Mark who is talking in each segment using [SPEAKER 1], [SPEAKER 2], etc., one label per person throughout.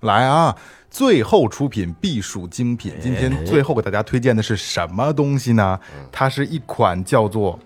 [SPEAKER 1] 来啊，最后出品必属精
[SPEAKER 2] 哎
[SPEAKER 1] 品。今天最后给大家推荐的是什么东西呢？
[SPEAKER 2] 嗯
[SPEAKER 1] 它是一款叫做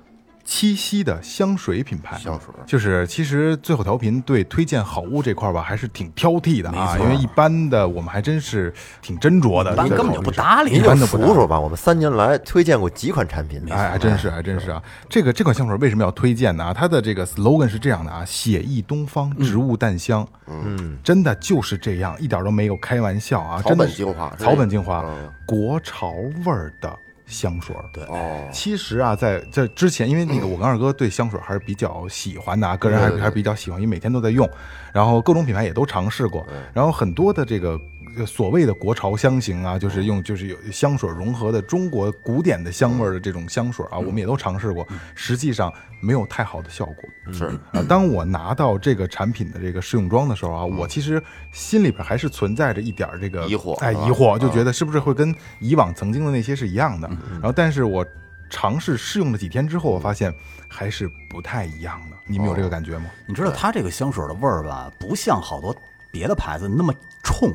[SPEAKER 1] 七夕的香水品牌。
[SPEAKER 3] 香水
[SPEAKER 1] 就是其实最后调频对推荐好物这块儿吧，还是挺挑剔的啊，因为一般的我们还真是挺斟酌的，
[SPEAKER 2] 一般根本就不搭理
[SPEAKER 1] 一
[SPEAKER 3] 您
[SPEAKER 1] 般
[SPEAKER 3] 就
[SPEAKER 1] 都不搭
[SPEAKER 3] 数数吧，我们三年来推荐过几款产品？
[SPEAKER 1] 哎，还真是，还真是啊！这个这款香水为什么要推荐呢？啊，它的这个 slogan 是这样的啊：写意东方，植物淡香。嗯，真的就是这样，一点都没有开玩笑啊！
[SPEAKER 3] 草本
[SPEAKER 1] 真的是
[SPEAKER 3] 精华是
[SPEAKER 1] 草本精华
[SPEAKER 3] 嗯，
[SPEAKER 1] 国潮味儿的香水。对，
[SPEAKER 3] 哦，
[SPEAKER 1] 其实啊，在在之前，因为那个我跟二哥对香水还是比较喜欢的啊，个人还是还是比较喜欢，因为每天都在用，然后各种品牌也都尝试过，然后很多的这个。呃所谓的国潮香型啊，就是用就是有香水融合的中国古典的香味儿的这种香水啊，我们也都尝试过，实际上没有太好的效果。
[SPEAKER 3] 是
[SPEAKER 1] 啊，当我拿到这个产品的这个试用装的时候啊，我其实心里边还是存在着一点儿这个
[SPEAKER 3] 嗯疑惑
[SPEAKER 1] 哎，
[SPEAKER 3] 是吧嗯
[SPEAKER 1] 疑惑，就觉得是不是会跟以往曾经的那些是一样的。然后，但是我尝试试用了几天之后，我发现还是不太一样的。你们有这
[SPEAKER 3] 哦
[SPEAKER 1] 个感觉吗？
[SPEAKER 2] 你知道它这个香水的味儿吧，不像好多别的牌子那么冲，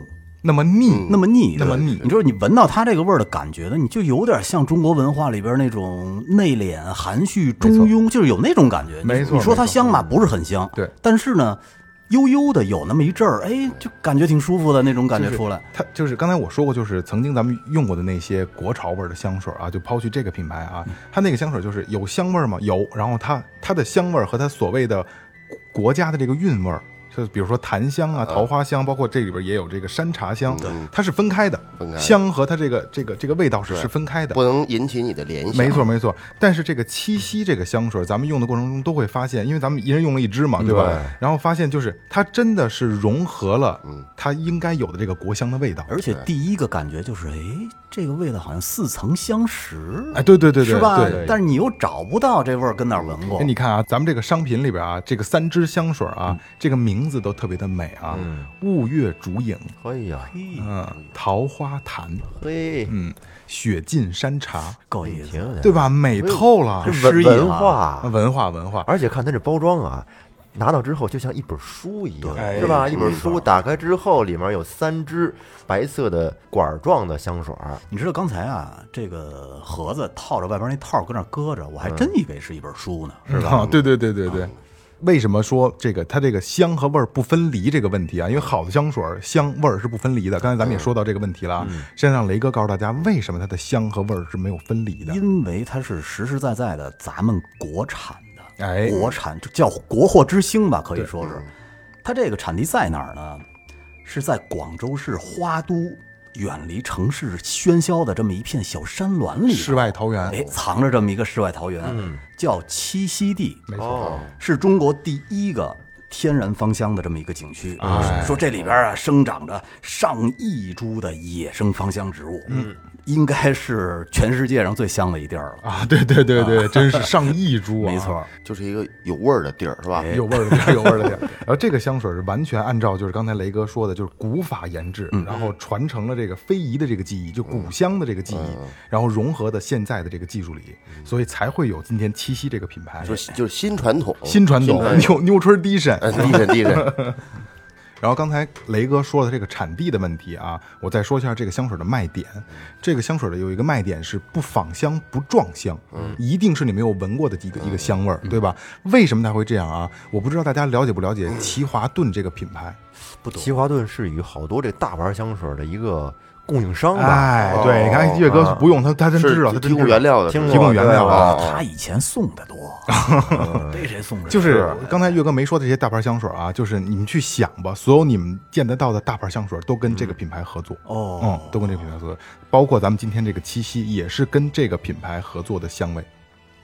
[SPEAKER 1] 那么
[SPEAKER 3] 嗯
[SPEAKER 1] 腻，
[SPEAKER 2] 那么腻，
[SPEAKER 1] 那么
[SPEAKER 2] 对
[SPEAKER 1] 腻
[SPEAKER 2] 你知道你闻到它这个味儿的感觉呢，你就有点像中国文化里边那种内敛、含蓄、中庸，就是有那种感觉。你
[SPEAKER 1] 没错嗯
[SPEAKER 2] 你说它香吧，不是很香，
[SPEAKER 1] 对
[SPEAKER 2] 但是呢，悠悠的有那么一阵儿，哎，就感觉挺舒服的那种感觉出来。
[SPEAKER 1] 它就是刚才我说过，就是曾经咱们用过的那些国潮味儿的香水啊，就抛去这个品牌啊，
[SPEAKER 3] 嗯
[SPEAKER 1] 它那个香水就是有香味儿吗？有，然后它它的香味儿和它所谓的国家的这个韵味儿，就是比如说檀香啊、桃花香，包括这里边也有这个山茶香，它是分开的，
[SPEAKER 3] 嗯分开的
[SPEAKER 1] 香和它这个这个这个味道是是分开的。
[SPEAKER 3] 不能引起你的联想。
[SPEAKER 1] 没错没错，但是这个七夕这个香水，咱们用的过程中都会发现，因为咱们一人用了一支嘛，对吧？然后发现就是它真的是融合了
[SPEAKER 3] 嗯
[SPEAKER 1] 它应该有的这个国香的味道，
[SPEAKER 2] 而且第一个感觉就是，哎，这个味道好像似曾相识，
[SPEAKER 1] 哎，对对对对，
[SPEAKER 2] 是吧
[SPEAKER 1] 对对？
[SPEAKER 2] 但是你又找不到这味儿跟哪儿闻过
[SPEAKER 1] 哎，。你看啊，咱们这个商品里边啊，这个三支香水啊，这个名字都特别的美啊，雾月竹影，
[SPEAKER 3] 哎呀，
[SPEAKER 1] 嗯，桃花潭，
[SPEAKER 3] 嘿，
[SPEAKER 1] 嗯，雪尽山茶，
[SPEAKER 2] 够意思，
[SPEAKER 3] 挺
[SPEAKER 1] 对吧？美透了
[SPEAKER 3] 这，
[SPEAKER 2] 诗
[SPEAKER 3] 文
[SPEAKER 2] 意啊
[SPEAKER 3] 文化，
[SPEAKER 1] 文化文化，
[SPEAKER 3] 而且看它这包装啊，拿到之后就像一本书一样，
[SPEAKER 1] 对
[SPEAKER 3] 是吧？
[SPEAKER 1] 哎
[SPEAKER 3] 一本书打开之后，里面有三支白色的管状的香水儿，
[SPEAKER 2] 你知道刚才啊，这个盒子套着外边那套儿搁那儿搁着，我还真以为是一本书呢。
[SPEAKER 1] 是吧？啊对对对对对。为什么说这个它这个香和味儿不分离这个问题啊？因为好的香水儿香味儿是不分离的。刚才咱们也说到这个问题了啊。先让雷哥告诉大家为什么它的香和味儿是没有分离的。
[SPEAKER 2] 因为它是实实在在的咱们国产的，
[SPEAKER 1] 哎
[SPEAKER 2] 国产就叫国货之星吧，可以说是。它这个产地在哪儿呢？是在广州市花都，远离城市喧嚣的这么一片小山峦里边，
[SPEAKER 1] 世外桃源，
[SPEAKER 2] 哎，藏着这么一个世外桃源，叫栖息地，
[SPEAKER 1] 没错。
[SPEAKER 3] 哦，
[SPEAKER 2] 是中国第一个天然芳香的这么一个景区。说这里边啊生长着上亿株的野生芳香植物，嗯，应该是全世界上最香的一地儿了。
[SPEAKER 1] 啊，对对对对，真是上亿株啊，
[SPEAKER 2] 没错，，
[SPEAKER 3] 就是一个有味儿的地儿，是吧？
[SPEAKER 1] 有味儿的地儿，有味儿的地儿。然后这个香水是完全按照就是刚才雷哥说的，就是古法研制，然后传承了这个非遗的这个技艺，就古香的这个技艺，然后融合到现在的这个技术里，所以才会有今天七夕这个品牌。
[SPEAKER 3] 就是就是新传统，
[SPEAKER 1] 新传统，New New Tradition，
[SPEAKER 3] 哎，地震地震，
[SPEAKER 1] 然后刚才雷哥说的这个产地的问题啊，我再说一下这个香水的卖点。这个香水的有一个卖点是不仿香、不撞香，
[SPEAKER 3] 嗯
[SPEAKER 1] 一定是你没有闻过的一个一个香味儿，对吧？为什么它会这样啊？我不知道大家了解不了
[SPEAKER 3] 嗯
[SPEAKER 1] 解齐华顿这个品牌？
[SPEAKER 2] 不懂
[SPEAKER 3] 齐华顿是与好多这大牌香水的一一个供应商吧？
[SPEAKER 1] 哎，对，你看岳哥不用他， 他真知道，他
[SPEAKER 3] 哦嗯是
[SPEAKER 1] 真
[SPEAKER 3] 提
[SPEAKER 1] 知
[SPEAKER 3] 供
[SPEAKER 1] 道
[SPEAKER 3] 原料的，
[SPEAKER 1] 提供原料的。
[SPEAKER 4] 哦
[SPEAKER 3] 啊
[SPEAKER 2] 他以前送的多，被谁送着？
[SPEAKER 1] 就是刚才岳哥没说的这些大牌香水啊，就是你们去想吧，所有你们见得到的大牌香水都跟这个品牌合作。
[SPEAKER 2] 哦
[SPEAKER 1] 嗯，，都跟这个品牌合作，包括咱们今天这个七夕也是跟这个品牌合作的香味。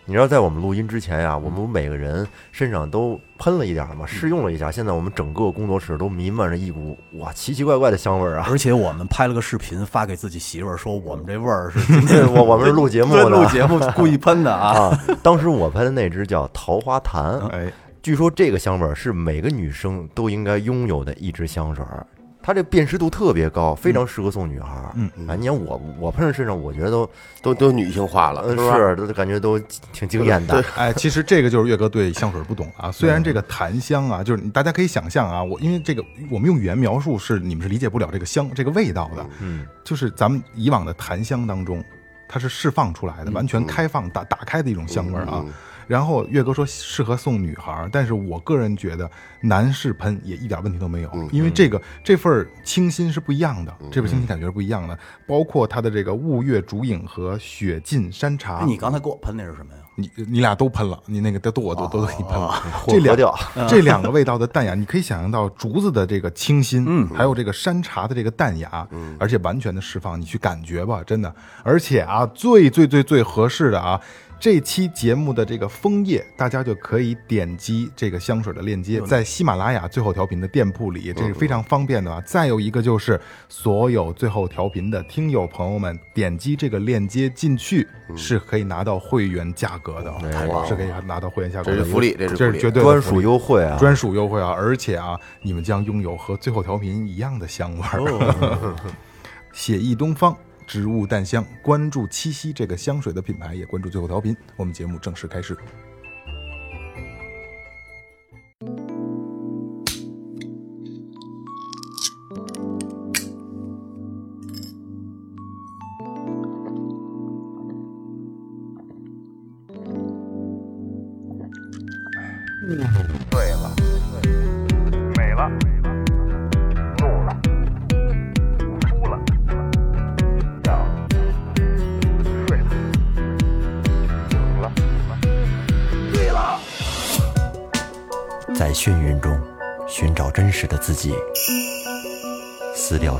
[SPEAKER 3] 你知道，在我们录音之前呀、我们每个人身上都喷了一点儿嘛，试用了一下。现在我们整个工作室都弥漫着一股哇奇奇怪怪的香味儿啊！
[SPEAKER 2] 而且我们拍了个视频发给自己媳妇儿，说我们这味儿是今天
[SPEAKER 3] 我我们是录节目
[SPEAKER 2] 对
[SPEAKER 3] 的
[SPEAKER 2] 录节目 故意喷的啊。
[SPEAKER 3] 啊，当时我喷的那支叫桃花潭，
[SPEAKER 1] 哎，
[SPEAKER 3] 据说这个香味儿是每个女生都应该拥有的一支香水儿。它它这辨识度特别高，非常适合送女孩儿。
[SPEAKER 1] 嗯
[SPEAKER 3] 啊，你看我我喷在身上，我觉得都
[SPEAKER 4] 都都女性化了，
[SPEAKER 3] 呃
[SPEAKER 4] 吧？
[SPEAKER 3] 是都感觉都挺惊艳的。
[SPEAKER 1] 哎，其实这个就是岳哥对香水不懂啊。虽然这个檀香啊，就是你大家可以想象啊，我因为这个我们用语言描述是你们是理解不了这个香这个味道的。
[SPEAKER 3] 嗯，
[SPEAKER 1] 就是咱们以往的檀香当中，它是释放出来
[SPEAKER 5] 嗯
[SPEAKER 1] 的，完全开放打打开的一种香味儿啊。然后岳哥说适合送女孩儿，但是我个人觉得男士喷也一点问题都没有，
[SPEAKER 5] 嗯
[SPEAKER 1] 因为这个这份儿清新是不一样的，这份清新感觉是不一样的。包括它的这个雾月竹影和雪尽山茶，
[SPEAKER 5] 哎你刚才给我喷的是什么呀？
[SPEAKER 1] 你你俩都喷了，你那个都都我都都给你喷了，
[SPEAKER 3] 混
[SPEAKER 1] 这
[SPEAKER 3] 合
[SPEAKER 1] 两
[SPEAKER 3] 调
[SPEAKER 4] 嗯
[SPEAKER 1] 这两个味道的淡雅，你可以想象到竹子的这个清新，嗯，还有这个山茶的这个淡雅，嗯，而且完全的释放，你去感觉吧，真的。而且啊，最最最最合适的啊，这期节目的这个枫叶，大家就可以点击这个香水的链接，在喜马拉雅最后调频的店铺
[SPEAKER 4] 嗯
[SPEAKER 1] 里，这是非常方便的啊。再有一个就是所有最后调频的听友朋友们，点击这个链接进去
[SPEAKER 4] 嗯
[SPEAKER 1] 是可以拿到会员价格的啊，是可以拿到会员价格的，
[SPEAKER 4] 哎这是福利这是
[SPEAKER 1] 这
[SPEAKER 4] 福利
[SPEAKER 1] 是绝对的
[SPEAKER 3] 专
[SPEAKER 1] 福
[SPEAKER 3] 属
[SPEAKER 1] 利
[SPEAKER 3] 优惠啊！
[SPEAKER 1] 专属优惠啊！而且啊，你们将拥有和最后调频一样的香味儿。 写意东方植物淡香，关注七夕这个香水的品牌，也关注最后调频。我们节目正式开始。
[SPEAKER 6] 美了，怒了，哭了，笑了，睡了，醒了。
[SPEAKER 7] 在眩晕中寻找真实的自己，撕掉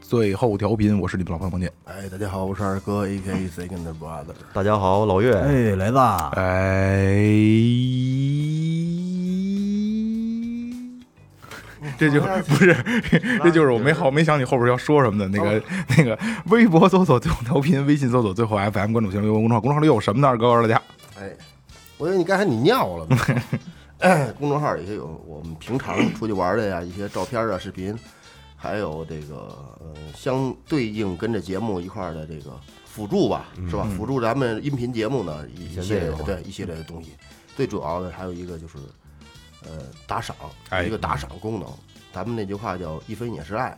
[SPEAKER 1] 最后调频，我是你们老朋友冯姐。
[SPEAKER 4] 哎，大家好，我是二哥，A K A Second Brother。
[SPEAKER 3] 大家好，老岳，
[SPEAKER 5] 哎，雷子啊，
[SPEAKER 1] 哎，这就不是，这就是我没好没想起后边要说什么的。那
[SPEAKER 4] 哦
[SPEAKER 1] 个那个，微博搜索最后调频，微信搜索最后 FM，关注新浪微博公众号，公众号里有什么呢？二哥告诉大家，
[SPEAKER 4] 哎，我以为你刚才你尿了呢。 公众号里也有我们平 常出去玩的呀，一些照片啊、视频，还有这个呃相对应跟着节目一块儿的这个辅助吧，是吧？辅助咱们音频节目呢嗯一一系列的对一系列的东西。最主要的还有一个就是呃打赏，
[SPEAKER 1] 哎
[SPEAKER 4] 一个打赏功能。咱们那句话叫“一分也是爱”，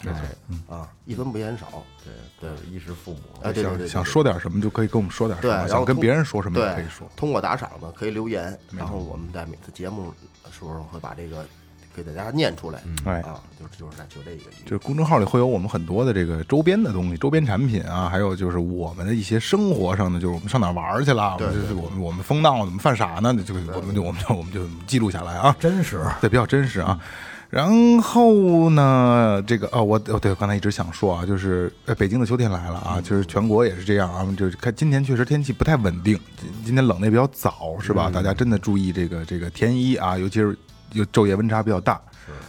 [SPEAKER 4] 啊，一分不嫌少。对对，
[SPEAKER 3] 衣食父母，
[SPEAKER 4] 哎，对对对
[SPEAKER 1] 想
[SPEAKER 4] 对，
[SPEAKER 1] 想说点什么就可以跟我们说点什
[SPEAKER 4] 对，
[SPEAKER 1] 么，
[SPEAKER 4] 然后
[SPEAKER 1] 想跟
[SPEAKER 4] 通
[SPEAKER 1] 别人说什么
[SPEAKER 4] 对
[SPEAKER 1] 也可以说。
[SPEAKER 4] 通过打赏呢，可以留言，然后我们在每次节目的时候会把这个 给大家念出来。
[SPEAKER 1] 哎，
[SPEAKER 4] 啊，就是就是在就这个意
[SPEAKER 1] 就是公众号里会有我们很多的这个周边的东西，周边产品啊，还有就是我们的一些生活上的，就是我们上哪儿玩儿去了，我们就是我们我们疯闹了，我们犯傻呢，就我们就我们就我们就记录下来啊，
[SPEAKER 5] 真实。
[SPEAKER 1] 对，比较真实啊。然后呢，这个哦，我哦对，刚才一直想说啊，就是呃，北京的秋天来了啊，
[SPEAKER 3] 嗯
[SPEAKER 1] 就是全国也是这样啊，就是看今天确实天气不太稳定，今今天冷的也比较早，是
[SPEAKER 3] 嗯
[SPEAKER 1] 吧？大家真的注意这个这个天一啊，尤其是有昼夜温差比较大，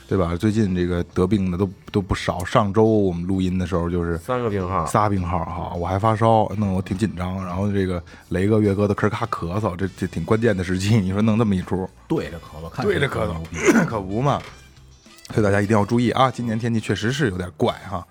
[SPEAKER 1] 对吧？最近这个得病的都都不少，上周我们录音的时候就是
[SPEAKER 3] 三个病号，
[SPEAKER 1] 仨病号哈，我还发烧，弄得我挺紧张。然后这个雷哥、岳哥都咳咔咳嗽，这这挺关键的时期，你说弄这么一出，
[SPEAKER 5] 对着咳嗽，看
[SPEAKER 1] 对着咳 嗽，可不嘛。所以大家一定要注意啊！今年天气确实是有点怪哈。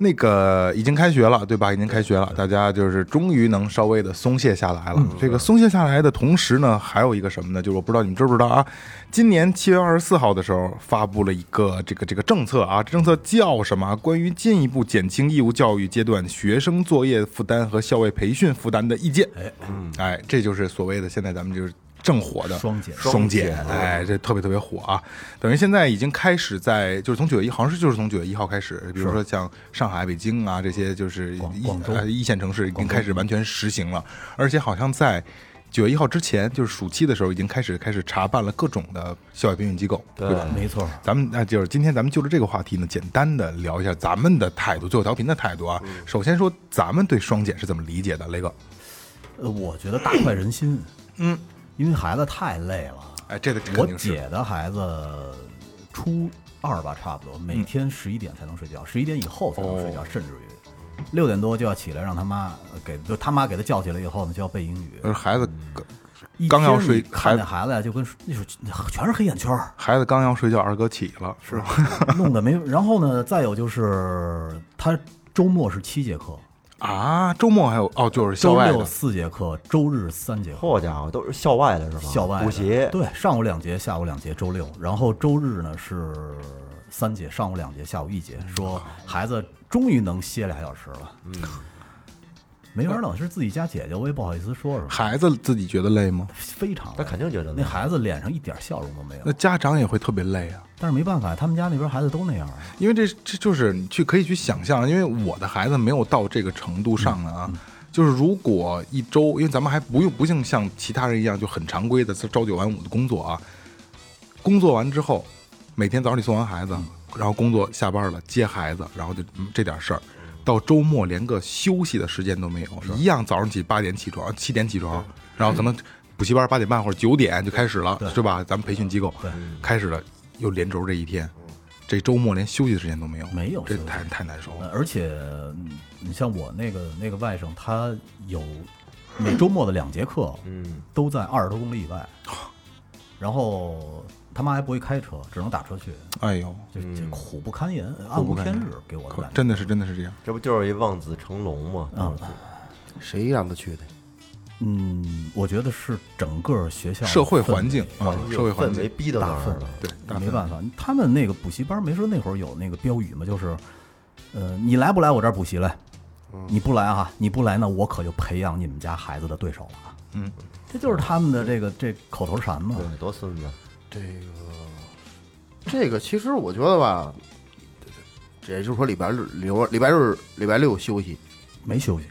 [SPEAKER 1] 那个已经开学了，对吧？已经开学了，大家就是终于能稍微的松懈下来了。这个松懈下嗯来的同时呢，还有一个什么呢？就是我不知道你们知不知道啊，今年七月二十四号的时候发布了一个这个这个政策啊，政策叫什么啊？关于进一步减轻义务教育阶段学生作业负担和校外培训负担的意见。哎，哎，这就是所谓的现在咱们就是正火的
[SPEAKER 5] 双减
[SPEAKER 1] 双减，哎，这特别特别火啊！等于现在已经开始在，就是从九月一，好像是就是从九月一号开始，比如说像上海、北京啊这些，就是一
[SPEAKER 5] 广州
[SPEAKER 1] 呃一线城市已经开始完全实行了，而且好像在九月一号之前，就是暑期的时候，已经开始开始查办了各种的校外培训机构，对吧？
[SPEAKER 2] 没错，
[SPEAKER 1] 咱们那就是今天咱们就着这个话题呢，简单的聊一下咱们的态度，最后调频的态度啊。首先说咱们对双减是怎么理解的，雷哥？
[SPEAKER 2] 呃，我觉得大快人心，嗯，因为孩子太累了。
[SPEAKER 1] 哎，这个这肯
[SPEAKER 2] 我
[SPEAKER 1] 定是
[SPEAKER 2] 姐的孩子初二吧，差不多每
[SPEAKER 1] 嗯
[SPEAKER 2] 天十一点才能睡觉，十一点以后才能睡
[SPEAKER 1] 哦
[SPEAKER 2] 觉，甚至于六点多就要起来，让他妈呃给就他妈给他叫起来以后呢，就要背英语。
[SPEAKER 1] 呃孩子刚
[SPEAKER 2] 一
[SPEAKER 1] 刚要
[SPEAKER 2] 天
[SPEAKER 1] 睡
[SPEAKER 2] 你看
[SPEAKER 1] 孩
[SPEAKER 2] 那孩子啊呀，就跟那时候全是黑眼圈儿，
[SPEAKER 1] 孩子刚要睡觉，二哥起了，是吧？
[SPEAKER 2] 弄得没。然后呢，再有就是他周末是七节课，
[SPEAKER 1] 啊，周末还有哦，就是校
[SPEAKER 2] 周
[SPEAKER 1] 外
[SPEAKER 2] 六
[SPEAKER 1] 的，
[SPEAKER 2] 四节课，周日三节课。
[SPEAKER 3] 好家啊伙，都是校外的是吧？
[SPEAKER 2] 校外的
[SPEAKER 3] 补习，
[SPEAKER 2] 对，上午两节，下午两节，周六，然后周日呢是三节，上午两节，下午一节。
[SPEAKER 3] 嗯
[SPEAKER 2] 说孩子终于能歇俩小时了，嗯，没法弄，是自己家姐姐，我也不好意思说什么，
[SPEAKER 1] 孩子自己觉得累吗？
[SPEAKER 2] 非常
[SPEAKER 3] 他啊肯定觉得
[SPEAKER 2] 那
[SPEAKER 3] 累。
[SPEAKER 2] 孩子脸上一点笑容都没有
[SPEAKER 1] 那，家长也会特别累啊。
[SPEAKER 2] 但是没办法，他们家那边孩子都那样啊，
[SPEAKER 1] 因为这这就是你去可以去想象，啊因为我的孩子没有到这个程度上呢
[SPEAKER 2] 嗯
[SPEAKER 1] 啊。就是如果一周，因为咱们还不用不像像其他人一样就很常规的朝九晚五的工作啊，工作完之后，每天早上你送完孩子，
[SPEAKER 2] 嗯
[SPEAKER 1] 然后工作下班了接孩子，然后就、嗯这点事儿，到周末连个休息的时间都没有，一样早上起八点起床，七点起床，然后可能补习班八点半或者九点就开始了，是吧？咱们培训机构开始了，又连轴这一天，这周末连休息的时间都没有，
[SPEAKER 2] 嗯没有
[SPEAKER 1] 这
[SPEAKER 2] 休息
[SPEAKER 1] 太太难受
[SPEAKER 2] 呃
[SPEAKER 1] 了。
[SPEAKER 2] 而且嗯你像我那个那个外甥，他有每周末的两节课，
[SPEAKER 3] 嗯，哦
[SPEAKER 2] 都在二十多公里以外，然后他妈还不会开车，只能打车去，
[SPEAKER 1] 哎呦，
[SPEAKER 2] 就就苦不堪言，暗无天日，给我的
[SPEAKER 1] 可
[SPEAKER 2] 感觉。
[SPEAKER 1] 真的是真的是这样。
[SPEAKER 3] 这不就是一望子成龙吗？
[SPEAKER 2] 嗯
[SPEAKER 4] 谁让他去的？
[SPEAKER 2] 嗯，我觉得是整个学校
[SPEAKER 1] 社会
[SPEAKER 2] 氛围
[SPEAKER 1] 环境啊，社会环
[SPEAKER 3] 氛围
[SPEAKER 1] 境，
[SPEAKER 3] 逼到那
[SPEAKER 2] 大氛
[SPEAKER 3] 儿
[SPEAKER 2] 围
[SPEAKER 3] 了。，
[SPEAKER 1] 对，大
[SPEAKER 2] 没
[SPEAKER 1] 分
[SPEAKER 2] 办法。他们那个补习班，没说那会儿有那个标语嘛，就是，呃，你来不来我这儿补习来？你不来啊，你不来呢，我可就培养你们家孩子的对手了啊。
[SPEAKER 1] 嗯，
[SPEAKER 2] 这就是他们的这个这口头禅嘛。
[SPEAKER 3] 对，多孙子，
[SPEAKER 4] 这个，这个其实我觉得吧， 这也就是说礼拜日、礼拜礼拜日、礼拜六休息，
[SPEAKER 2] 没休息，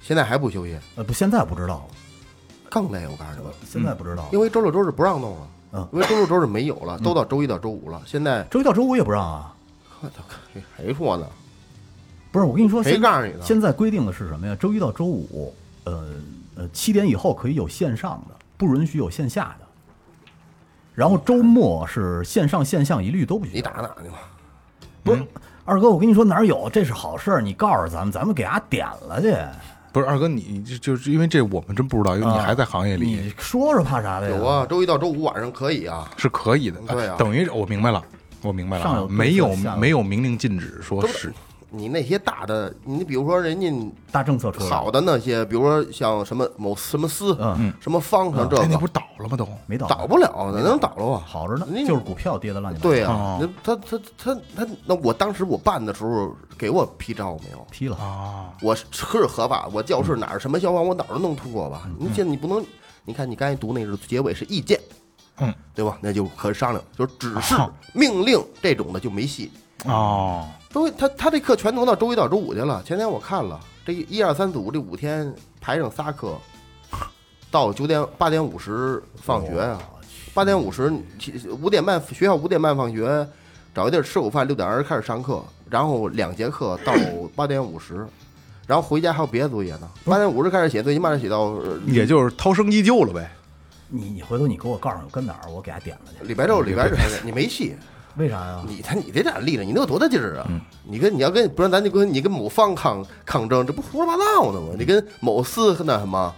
[SPEAKER 4] 现在还不休息，
[SPEAKER 2] 呃，不，现在不知道了，
[SPEAKER 4] 更累。我告诉你们，
[SPEAKER 2] 现在不知道了
[SPEAKER 4] 因。为周六周日不让弄了，
[SPEAKER 2] 嗯
[SPEAKER 4] 因为周六周日没有了，都到周一到周五了。现在
[SPEAKER 2] 周一到周五也不让啊。
[SPEAKER 4] 我操，谁说呢？
[SPEAKER 2] 不是，我跟你说，
[SPEAKER 4] 谁
[SPEAKER 2] 现
[SPEAKER 4] 告诉你的
[SPEAKER 2] 现在规定的是什么呀？周一到周五，呃呃，七点以后可以有线上的，不允许有线下的。然后周末是线上线下一律都不许。
[SPEAKER 4] 你打哪去吧？
[SPEAKER 2] 不是、二哥，我跟你说哪儿有？这是好事儿，你告诉咱们，咱们给他点了去。
[SPEAKER 1] 不是二哥，你你就就是因为这我们真不知道，因为你
[SPEAKER 2] 啊
[SPEAKER 1] 还在行业里
[SPEAKER 2] 你，说说怕啥的呀？
[SPEAKER 4] 有啊，周一到周五晚上可以啊，
[SPEAKER 1] 是可以的，
[SPEAKER 4] 对啊
[SPEAKER 1] 等于我明白了，我明白了
[SPEAKER 2] 上
[SPEAKER 1] 啊，
[SPEAKER 2] 有对策
[SPEAKER 1] 没有
[SPEAKER 2] 下有
[SPEAKER 1] 没有明令禁止说是
[SPEAKER 4] 你那些大的，你比如说人家
[SPEAKER 2] 大政策出来了
[SPEAKER 4] 好的那些，比如说像什么某什么司，
[SPEAKER 2] 嗯，
[SPEAKER 4] 什么方上这
[SPEAKER 1] 哎，那
[SPEAKER 4] 个
[SPEAKER 1] 不是倒了吗？都
[SPEAKER 2] 没倒
[SPEAKER 4] 倒不了，哪能倒了啊？
[SPEAKER 2] 好着呢
[SPEAKER 4] 那，
[SPEAKER 2] 就是股票跌的乱七八糟。
[SPEAKER 4] 对呀、
[SPEAKER 1] 哦
[SPEAKER 4] 那他他他他，那我当时我办的时候给我批照没有？
[SPEAKER 2] 批了。
[SPEAKER 1] 啊，
[SPEAKER 4] 我是合法，我教室哪儿什么消防，我哪儿都能通过吧？你现在你不能，你看你刚才读那是结尾是意见，
[SPEAKER 1] 嗯，
[SPEAKER 4] 对吧？那就可商量，就是指示、命令这种的就没戏。
[SPEAKER 1] 哦，
[SPEAKER 4] 周一他他这课全挪到周一到周五去了。前天我看了这一二三四五这五天排上仨课，到九点八点五十放学啊，八点五十五点半学校五点半放学，找个地儿吃午饭，六点二十开始上课，然后两节课到八点五十。然后回家还有别的作业呢，八点五十开始写作业，慢慢写到呃
[SPEAKER 1] 也就是涛声依旧了呗。
[SPEAKER 2] 你你回头你给我告诉我跟哪儿，我给他点了去。
[SPEAKER 4] 礼拜六、礼拜日，你没戏。
[SPEAKER 2] 为啥呀？
[SPEAKER 4] 你他你这点力量，你能有多大劲儿啊？你跟你要跟不然咱就跟你跟某方抗抗争，这不胡说八道呢吗？你跟某司那什么，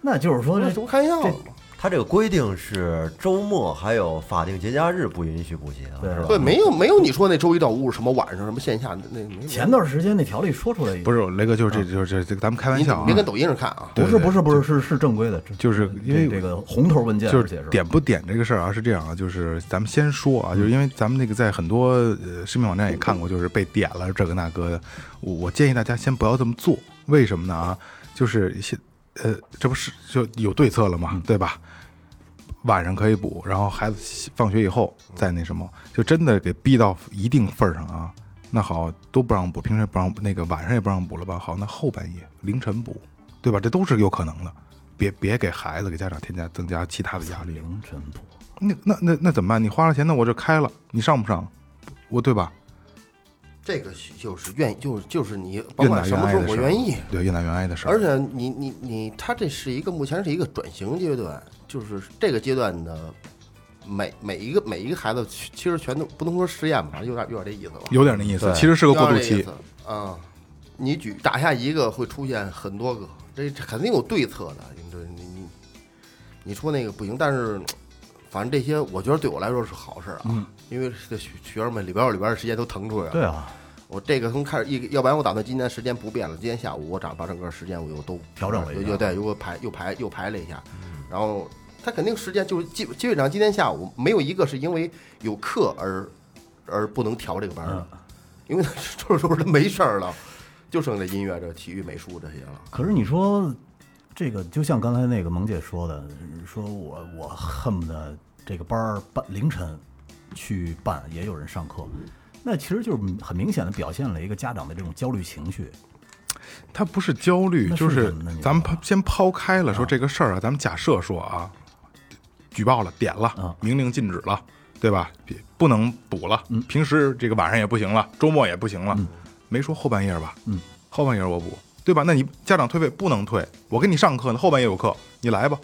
[SPEAKER 2] 那就是说
[SPEAKER 4] 那
[SPEAKER 2] 这
[SPEAKER 4] 这不开玩笑呢吗？
[SPEAKER 3] 他这个规定是周末还有法定节假日不允许补习的，
[SPEAKER 2] 对啊
[SPEAKER 3] 是吧？
[SPEAKER 4] 对，没有没有你说那周一到五什么晚上什么线下那那没有
[SPEAKER 2] 前段时间那条例说出来一
[SPEAKER 1] 不是雷哥，就是这就是这这个，咱们开玩
[SPEAKER 4] 你
[SPEAKER 1] 笑
[SPEAKER 4] 你
[SPEAKER 1] 啊
[SPEAKER 4] 别，啊跟抖音上看啊，
[SPEAKER 1] 对
[SPEAKER 2] 不是
[SPEAKER 1] 对
[SPEAKER 2] 不是不是是是正规的，这
[SPEAKER 1] 就是因为
[SPEAKER 2] 这这个红头文件，
[SPEAKER 1] 就
[SPEAKER 2] 而且
[SPEAKER 1] 是点不点这个事儿啊，是这样啊，就是咱们先说啊，
[SPEAKER 2] 嗯
[SPEAKER 1] 就是因为咱们那个在很多呃视频网站也看过，就是被点了这个那个的，我我建议大家先不要这么做，为什么呢啊？就是现呃，这不是就有对策了
[SPEAKER 2] 嗯
[SPEAKER 1] 嘛，对吧？晚上可以补，然后孩子放学以后再那什么，就真的给逼到一定份儿上啊。那好，都不让补，平时也不让那个晚上也不让补了吧？好，那后半夜凌晨补，对吧？这都是有可能的。别别给孩子给家长添加增加其他的压力了。
[SPEAKER 2] 凌晨播，
[SPEAKER 1] 那那那那怎么办？你花了钱，那我这开了，你上不上？我对吧？
[SPEAKER 4] 这个就是愿意，就是就是你，甭管什么时候我
[SPEAKER 1] 啊
[SPEAKER 4] 愿意。
[SPEAKER 1] 对，越南原爱的事儿。
[SPEAKER 4] 而且你你你，他这是一个目前是一个转型阶段，就是这个阶段的每每一个每一个孩子，其其实全都不能说实验吧，有点有点这意思吧。
[SPEAKER 1] 有点那意思，
[SPEAKER 3] 对
[SPEAKER 1] 其实是个过渡期。
[SPEAKER 4] 啊、嗯。你举打下一个会出现很多个，这这肯定有对策的。你这你你你说那个不行，但是反正这些我觉得对我来说是好事儿啊，
[SPEAKER 1] 嗯
[SPEAKER 4] 因为这学学生们里边有里边的时间都腾出来了。
[SPEAKER 2] 对啊，
[SPEAKER 4] 我这个从开始一，要不然我打算今天时间不变了，今天下午我找把整个时间我又都
[SPEAKER 2] 调整了一下嗯
[SPEAKER 4] 又对，又排又排又排了一下，然后他肯定时间就是基基本上今天下午没有一个是因为有课而而不能调这个班儿的，
[SPEAKER 2] 嗯
[SPEAKER 4] 因为他这时候他没事儿了，就剩这音乐、这体育、美术这些了。
[SPEAKER 2] 可是你说这个，就像刚才那个萌姐说的，说我我恨不得这个班儿办凌晨去办，也有人上课，那其实就是很明显的表现了一个家长的这种焦虑情绪。
[SPEAKER 1] 他不是焦虑，
[SPEAKER 2] 那
[SPEAKER 1] 就是是
[SPEAKER 2] 什么呢你
[SPEAKER 1] 咱们
[SPEAKER 2] 说
[SPEAKER 1] 抛先抛开了说这个事儿啊，咱们假设说啊，举报了，点了
[SPEAKER 2] 啊，
[SPEAKER 1] 明令禁止了，对吧？别不能补了，
[SPEAKER 2] 嗯
[SPEAKER 1] 平时这个晚上也不行了，周末也不行了，没说后半夜吧？
[SPEAKER 2] 嗯，
[SPEAKER 1] 后半夜我补，对吧？那你家长退费不能退，我给你上课呢，后半夜有课，你来吧。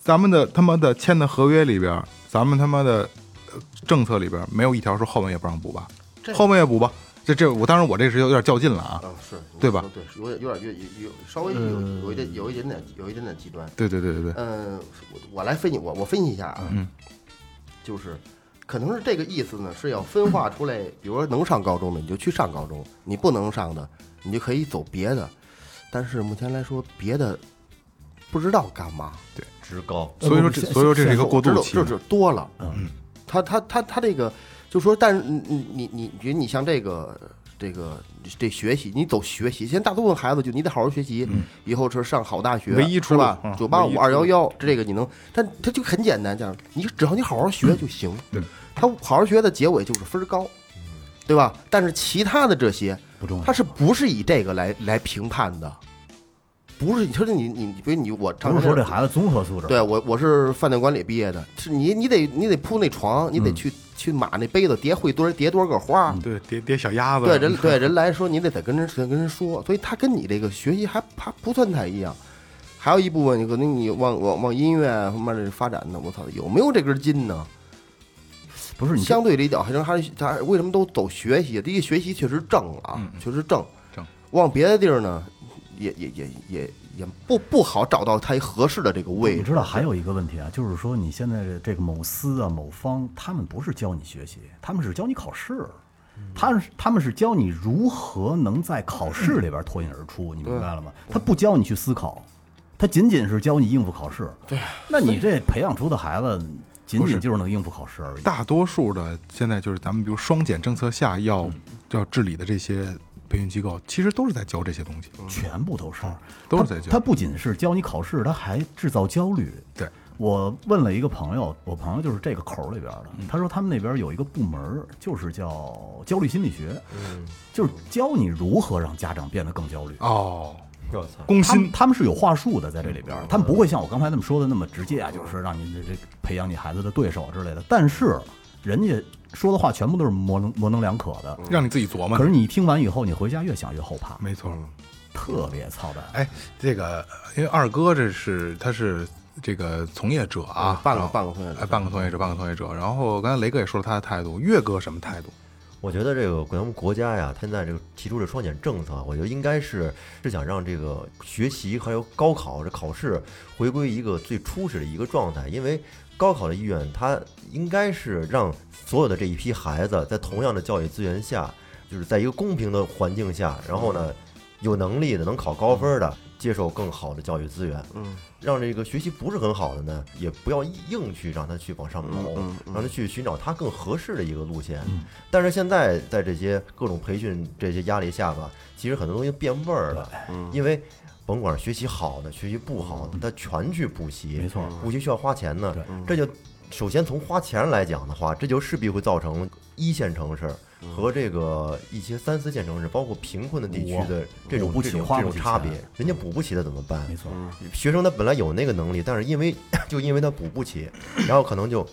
[SPEAKER 1] 咱们的他妈的签的合约里边，咱们他妈的呃政策里边没有一条说后半夜不让补吧？后半夜补吧？这这我当然我这是有点较劲了啊。
[SPEAKER 4] 啊，是
[SPEAKER 1] 对吧？
[SPEAKER 4] 对，有点有点有有稍微有
[SPEAKER 2] 呃
[SPEAKER 4] 有一点有一点点有一点点极端。
[SPEAKER 1] 对对对对对，
[SPEAKER 4] 嗯，我我来分析，我我分析一下啊，就是可能是这个意思呢，是要分化出来，比如说能上高中的你就去上高中，你不能上的你就可以走别的，但是目前来说别的不知道干嘛，
[SPEAKER 3] 职高，
[SPEAKER 1] 所以说这，
[SPEAKER 2] 呃
[SPEAKER 1] 所以说这是一个
[SPEAKER 4] 我
[SPEAKER 1] 过
[SPEAKER 4] 知
[SPEAKER 1] 渡
[SPEAKER 4] 道
[SPEAKER 1] 期
[SPEAKER 4] 就
[SPEAKER 1] 嘛。
[SPEAKER 4] 是多了，
[SPEAKER 2] 嗯，
[SPEAKER 4] 他他他他这个就说，但是你你你你你你像这个这个这学习，你走学习，现在大部分孩子就你得好好学习，以后是上好大学，
[SPEAKER 1] 嗯唯一出
[SPEAKER 4] 是
[SPEAKER 1] 路
[SPEAKER 4] 吧
[SPEAKER 1] 嗯？
[SPEAKER 4] 九八
[SPEAKER 1] 唯一
[SPEAKER 4] 五
[SPEAKER 1] 出路
[SPEAKER 4] 二幺幺，这个你能，但他就很简单，这样你只要你好好学就行。
[SPEAKER 1] 嗯对，嗯
[SPEAKER 4] 他好好学的结尾就是分儿高，对吧？但是其他的这些
[SPEAKER 2] 不重要
[SPEAKER 4] 他是不是以这个来来评判的？不是，你说你你你，比如你我常
[SPEAKER 2] 不是说这
[SPEAKER 4] 孩。
[SPEAKER 2] 孩子综合素质，
[SPEAKER 4] 对我我是饭店管理毕业的，是你你得你得铺那床，你得去、去码那杯子叠会堆叠多少个花。
[SPEAKER 1] 对，叠叠小鸭子，
[SPEAKER 4] 对 人对人来说，你得得跟人得跟人说，所以他跟你这个学习还还不算太一样。还有一部分，你可能你往往往音乐啊方面这发展呢，我操，有没有这根筋呢？
[SPEAKER 2] 不是你这
[SPEAKER 4] 相对来讲，还是还是他为什么都走学习？啊第一，学习确实正啊，确实正。
[SPEAKER 1] 正
[SPEAKER 4] 往别的地儿呢，也也也也也不不好找到他合适的这个位置。
[SPEAKER 2] 你知道还有一个问题啊，就是说你现在这个某司啊、某方，他们不是教你学习，他们是教你考试，他是他们是教你如何能在考试里边脱颖而出，你明白了吗？他不教你去思考，他仅仅是教你应付考试。对，那你这培养出的孩子，仅仅就是能应付考试而已。
[SPEAKER 1] 大多数的现在就是咱们比如双减政策下要要治理的这些培训机构，其实都是在教这些东西。
[SPEAKER 2] 全部都是，
[SPEAKER 1] 嗯都是
[SPEAKER 2] 他
[SPEAKER 1] 在教
[SPEAKER 2] 他不仅是教你考试，他还制造焦虑。
[SPEAKER 1] 对，
[SPEAKER 2] 我问了一个朋友，我朋友就是这个口儿里边儿的，
[SPEAKER 1] 嗯
[SPEAKER 2] 他说他们那边儿有一个部门儿，就是叫焦虑心理学，
[SPEAKER 1] 嗯
[SPEAKER 2] 就是教你如何让家长变得更焦虑。
[SPEAKER 1] 哦，
[SPEAKER 3] 我操，
[SPEAKER 1] 攻
[SPEAKER 2] 他们
[SPEAKER 1] 心
[SPEAKER 2] 他们是有话术的，在这里边儿，
[SPEAKER 1] 嗯
[SPEAKER 2] 他们不会像我刚才那么说的那么直接啊，就是让你这这培养你孩子的对手之类的。但是人家说的话全部都是模棱模棱两可的，
[SPEAKER 1] 让你自己琢磨
[SPEAKER 2] 可。是你听完以后，你回家越想越后怕，
[SPEAKER 1] 没错，
[SPEAKER 2] 特别操蛋。
[SPEAKER 1] 嗯哎，这个因为二哥这是他是这个从业者啊
[SPEAKER 4] 嗯，半个
[SPEAKER 1] 然后
[SPEAKER 4] 半个从业者
[SPEAKER 1] 哎半个从业者，半个从业者。然后刚才雷哥也说了他的态度，岳哥什么态度？
[SPEAKER 3] 我觉得这个咱们国家呀，它现在这个提出这双减政策，我觉得应该是是想让这个学习还有高考这考试回归一个最初始的一个状态，因为高考的意愿，它应该是让所有的这一批孩子在同样的教育资源下，就是在一个公平的环境下，然后呢，有能力的能考高分的，接受更好的教育资源，
[SPEAKER 4] 嗯，
[SPEAKER 3] 让这个学习不是很好的呢，也不要硬去让他去往上走，
[SPEAKER 4] 嗯嗯嗯
[SPEAKER 3] 让他去寻找他更合适的一个路线。
[SPEAKER 2] 嗯
[SPEAKER 3] 但是现在在这些各种培训这些压力下吧，其实很多东西变味儿了，因为甭管是学习好的、学习不好的，他全去补习，
[SPEAKER 2] 嗯没错
[SPEAKER 3] 补习需要花钱呢
[SPEAKER 2] 对，
[SPEAKER 3] 这就首先从花钱来讲的话，这就势必会造成一线城市
[SPEAKER 2] 嗯
[SPEAKER 3] 和这个一些三四线城市，包括贫困的地区的这种
[SPEAKER 2] 补不
[SPEAKER 3] 这
[SPEAKER 2] 起
[SPEAKER 3] 种
[SPEAKER 2] 花
[SPEAKER 3] 这
[SPEAKER 2] 不
[SPEAKER 3] 种
[SPEAKER 2] 起
[SPEAKER 3] 差别
[SPEAKER 2] 钱，
[SPEAKER 3] 人家补不起的怎么办？
[SPEAKER 2] 没错，
[SPEAKER 3] 学生他本来有那个能力，但是因为就因为他补不起，然后可能就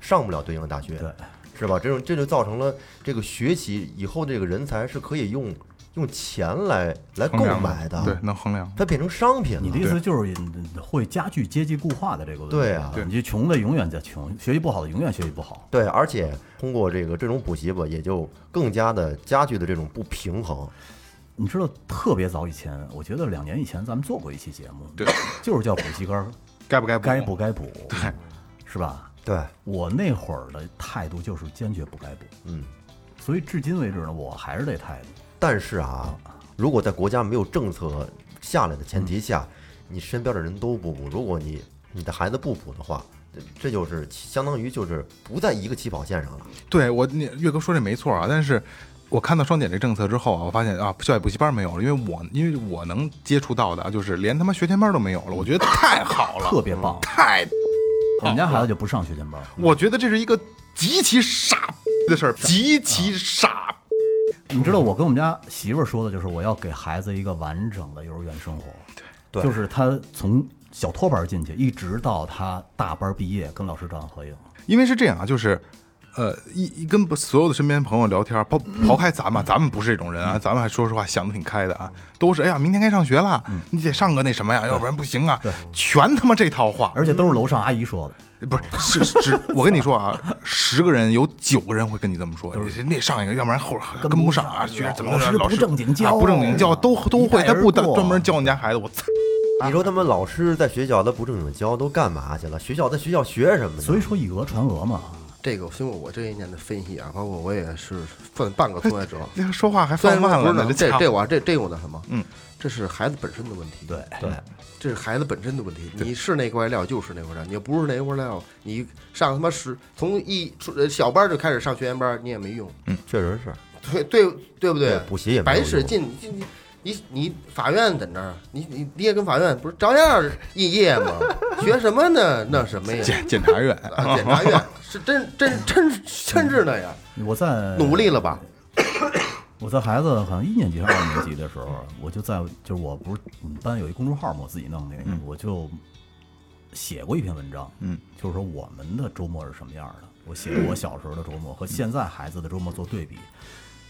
[SPEAKER 3] 上不了对应的大学，
[SPEAKER 2] 对，
[SPEAKER 3] 是吧？这种这就造成了这个学习以后这个人才是可以用用钱来来
[SPEAKER 1] 衡
[SPEAKER 3] 购
[SPEAKER 1] 量
[SPEAKER 3] 买的，
[SPEAKER 1] 对，能衡量。
[SPEAKER 3] 它变成商品了。
[SPEAKER 2] 你的意思就是嗯会加剧阶级固化的这个问题。
[SPEAKER 3] 对啊对
[SPEAKER 2] 你就穷的永远在穷，学习不好的永远学习不好。
[SPEAKER 3] 对，而且通过这个这种补习吧，也就更加的加剧的这种不平衡。
[SPEAKER 2] 你知道特别早以前，我觉得两年以前咱们做过一期节目，
[SPEAKER 1] 对，
[SPEAKER 2] 就是叫补习班 儿
[SPEAKER 1] 该不该补？
[SPEAKER 2] 该补该补，对，是吧？
[SPEAKER 3] 对，
[SPEAKER 2] 我那会儿的态度就是坚决不该补，
[SPEAKER 3] 嗯，
[SPEAKER 2] 所以至今为止呢，我还是这态度。
[SPEAKER 3] 但是啊，如果在国家没有政策下来的前提下，你身边的人都不补，如果你你的孩子不补的话，这这就是相当于就是不在一个起跑线上了。
[SPEAKER 1] 对我，你岳哥说这没错啊，但是我看到双减这政策之后啊，我发现啊，校外补习班没有了，因为我因为我能接触到的啊，就是连他妈学前班都没有了，我觉得太好了，
[SPEAKER 2] 特别棒
[SPEAKER 1] 太，
[SPEAKER 2] 我们家孩子就不上学前班儿，
[SPEAKER 1] 我觉得这是一个极其傻的事儿，极其傻。
[SPEAKER 2] 你知道我跟我们家媳妇儿说的就是我要给孩子一个完整的幼儿园生活，
[SPEAKER 3] 对
[SPEAKER 2] 就是他从小托班进去，一直到他大班毕业，跟老师照样合影。
[SPEAKER 1] 因为是这样啊，就是，呃，一一跟所有的身边朋友聊天，啊抛抛开咱们，咱们不是这种人啊，咱们还说实话想的挺开的啊，都是哎呀，明天该上学了，你得上个那什么呀，要不然不行啊，全他妈这套话，
[SPEAKER 2] 而且都是楼上阿姨说的，
[SPEAKER 4] 嗯
[SPEAKER 1] 不是是只我跟你说啊，十个人有九个人会跟你这么说，你那上一个，要不然后跟不上啊，学怎么
[SPEAKER 2] 老
[SPEAKER 1] 着
[SPEAKER 2] 师
[SPEAKER 1] 老师
[SPEAKER 2] 不正经教哎
[SPEAKER 1] 啊不正经教都都会，
[SPEAKER 2] 一带
[SPEAKER 1] 他
[SPEAKER 2] 而
[SPEAKER 1] 不单
[SPEAKER 2] 过
[SPEAKER 1] 专门教你家孩子，我操，
[SPEAKER 2] 啊
[SPEAKER 3] 你说他们老师在学校他不正经教都干嘛去了？学校在学校学什么呢？
[SPEAKER 2] 所以说以讹传讹嘛。
[SPEAKER 4] 这个经过我这些年的分析啊，包括我也是算半个从业者。
[SPEAKER 1] 那个说话还
[SPEAKER 4] 虽
[SPEAKER 1] 放
[SPEAKER 4] 然
[SPEAKER 1] 慢
[SPEAKER 4] 说
[SPEAKER 1] 了
[SPEAKER 4] 不
[SPEAKER 1] 呢
[SPEAKER 4] 是，
[SPEAKER 1] 这
[SPEAKER 4] 这
[SPEAKER 1] 家
[SPEAKER 4] 这
[SPEAKER 1] 伙
[SPEAKER 4] 我这这我那什么，
[SPEAKER 1] 嗯，
[SPEAKER 4] 这是孩子本身的问题，嗯
[SPEAKER 2] 对，
[SPEAKER 3] 对，
[SPEAKER 4] 这是孩子本身的问题。你是那块料就是那块料，你不是那块料，你上他妈十从一出呃小班就开始上学前班，你也没用，
[SPEAKER 3] 确实是
[SPEAKER 4] 对对对不对？
[SPEAKER 3] 补习也没有
[SPEAKER 4] 白
[SPEAKER 3] 用
[SPEAKER 4] 使劲，你你你你法院在那儿，你你你也跟法院不是照样毕业吗？ 学什么呢？那什么呀？
[SPEAKER 1] 检检察院，
[SPEAKER 4] 啊，检察院是真真真真是那样，
[SPEAKER 2] 我在
[SPEAKER 4] 努力了吧？
[SPEAKER 2] 我在孩子好像一年级还是二年级的时候，啊我就在就是我不是我们班有一公众号嘛，我自己弄的那个，我就写过一篇文章，
[SPEAKER 1] 嗯，
[SPEAKER 2] 就是说我们的周末是什么样的。我写我小时候的周末和现在孩子的周末做对比。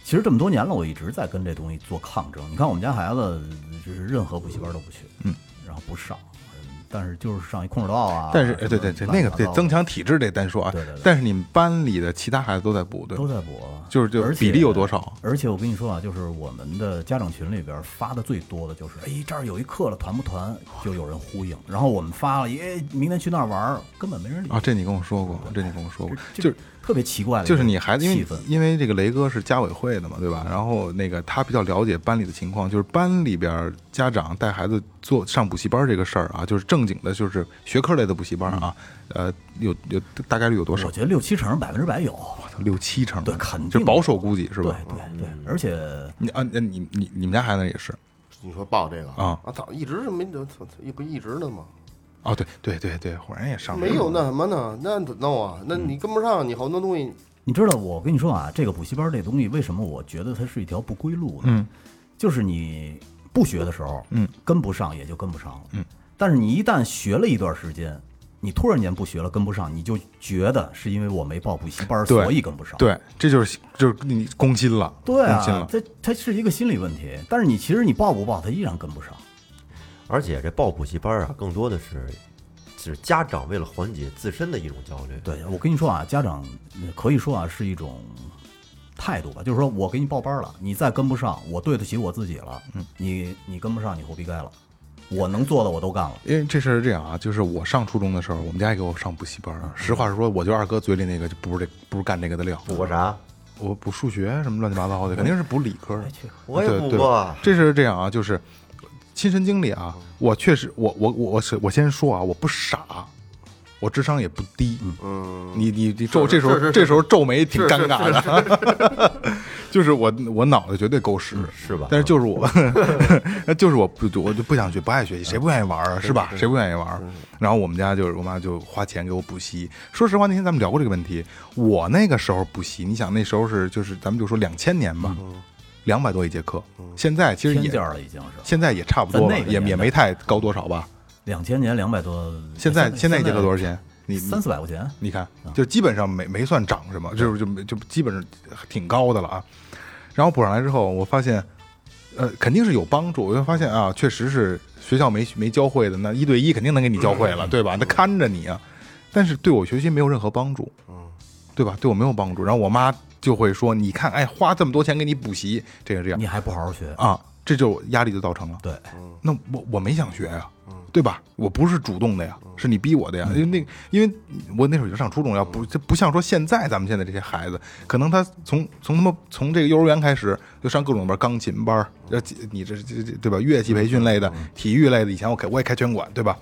[SPEAKER 2] 其实这么多年了，我一直在跟这东西做抗争。你看我们家孩子就是任何补习班都不去，嗯，然后不上，嗯但是就是上一空手道啊，
[SPEAKER 1] 但是
[SPEAKER 2] 什么
[SPEAKER 1] 哎对对对，
[SPEAKER 2] 乱
[SPEAKER 1] 那
[SPEAKER 2] 七
[SPEAKER 1] 个
[SPEAKER 2] 八
[SPEAKER 1] 得
[SPEAKER 2] 糟的
[SPEAKER 1] 增强体质这单说啊
[SPEAKER 2] 对对对，
[SPEAKER 1] 但是你们班里的其他孩子都在补，对吧
[SPEAKER 2] 都在补啊，
[SPEAKER 1] 就是就是
[SPEAKER 2] 而且
[SPEAKER 1] 比例有多少
[SPEAKER 2] 而且我跟你说啊，就是我们的家长群里边发的最多的就是，哎，这儿有一课了，团不团？就有人呼应。然后我们发了，耶，明天去那儿玩儿，根本没人理
[SPEAKER 1] 啊，。这你跟我说过，这你跟我说过，
[SPEAKER 2] 这
[SPEAKER 1] 就是
[SPEAKER 2] 特别奇怪的一个
[SPEAKER 1] 就是你孩子，因为
[SPEAKER 2] 哎气氛，
[SPEAKER 1] 因为这个雷哥是家委会的嘛，对吧？然后那个他比较了解班里的情况，就是班里边家长带孩子做上补习班这个事儿啊，就是正经的，就是学科类的补习班啊，
[SPEAKER 2] 嗯
[SPEAKER 1] 呃，有有大概率有多少
[SPEAKER 2] 我？觉得六七成百分之百有，
[SPEAKER 1] 六七成，
[SPEAKER 2] 对肯定
[SPEAKER 1] 就保守估计是
[SPEAKER 2] 对
[SPEAKER 1] 吧？嗯
[SPEAKER 2] 对对，而且
[SPEAKER 1] 你啊，那你你你们家孩子也是
[SPEAKER 4] 你说报这个
[SPEAKER 1] 啊
[SPEAKER 4] 啊，操，一直是没得，操一不一直的吗？
[SPEAKER 1] 哦，对对对对，火然也上
[SPEAKER 4] 没有那什么呢？那怎么弄啊？那你跟不上，你好多东西
[SPEAKER 2] 你知道，我跟你说啊，这个补习班这东西，为什么我觉得它是一条不归路呢？嗯，就是你不学的时候，嗯，跟不上也就跟不上了，嗯。但是你一旦学了一段时间，你突然间不学了，跟不上，你就觉得是因为我没报补习班，
[SPEAKER 1] 对
[SPEAKER 2] 所以跟不上。
[SPEAKER 1] 对，这就是就是你攻心了，
[SPEAKER 2] 对
[SPEAKER 1] 攻心
[SPEAKER 2] 啊
[SPEAKER 1] 了，。
[SPEAKER 2] 这它是一个心理问题。但是你其实你报不报，它依然跟不上。
[SPEAKER 3] 而且这报补习班啊，更多的是是家长为了缓解自身的一种焦虑。
[SPEAKER 2] 对，我跟你说啊，家长呃可以说啊是一种态度吧，就是说我给你报班了，你再跟不上，我对得起我自己了。嗯，你你跟不上，你活逼该了。我能做的我都干了。
[SPEAKER 1] 因为这事儿是这样啊，就是我上初中的时候，我们家也给我上补习班儿。啊实话实说，我就二哥嘴里那个就不是这不是干这个的料。
[SPEAKER 3] 补过啥？
[SPEAKER 1] 我补数学什么乱七八糟的，肯定是补理科的。
[SPEAKER 3] 哎
[SPEAKER 1] 啊
[SPEAKER 3] 我也
[SPEAKER 1] 对
[SPEAKER 3] 补
[SPEAKER 1] 对
[SPEAKER 3] 过。嗯
[SPEAKER 1] 这是这样啊，就是亲身经历啊，我确实，我我我我是我先说啊，我不傻，我智商也不低。嗯，你你你皱这时候这时候皱眉挺尴尬的。 就是我我脑袋绝对够使，
[SPEAKER 3] 是吧？
[SPEAKER 1] 但是就是我， 就是我不我就不想学，不爱学习，谁不愿意玩啊？是吧？谁不愿意玩？然后我们家就是我妈就花钱给我补习。说实话，那天咱们聊过这个问题，我那个时候补习，你想那时候是就是咱们就说两千年吧，两百多一节课，现在其实
[SPEAKER 2] 天
[SPEAKER 1] 也
[SPEAKER 2] 价了已经是
[SPEAKER 1] 现在也差不多了
[SPEAKER 2] 在那，个
[SPEAKER 1] 也
[SPEAKER 2] 年代
[SPEAKER 1] 也没太高多少吧。
[SPEAKER 2] 两千年两百多，
[SPEAKER 1] 现在现在一节课多少
[SPEAKER 2] 钱？
[SPEAKER 1] 钱？你
[SPEAKER 2] 三四百块钱。
[SPEAKER 1] 你看，就基本上没没算涨什么，就是就没就基本上挺高的了啊。然后补上来之后，我发现，呃，肯定是有帮助。我就发现啊，确实是学校没没教会的，那一对一肯定能给你教会了，对吧？那看着你啊，但是对我学习没有任何帮助，嗯，对吧？对我没有帮助。然后我妈就会说：“你看，哎，花这么多钱给你补习，这个这样
[SPEAKER 2] 你还不好好学，
[SPEAKER 1] 啊，这就压力就造成了。”
[SPEAKER 2] 对，
[SPEAKER 1] 那我我没想学呀、对吧？我不是主动的呀，是你逼我的呀。因为那，因为我那时候已经上初中了，要不这不像说现在咱们现在这些孩子，可能他从从他妈从这个幼儿园开始就上各种班，钢琴班，呃，你这这这对吧？乐器培训类的、体育类的，以前我开我也开拳馆，对吧？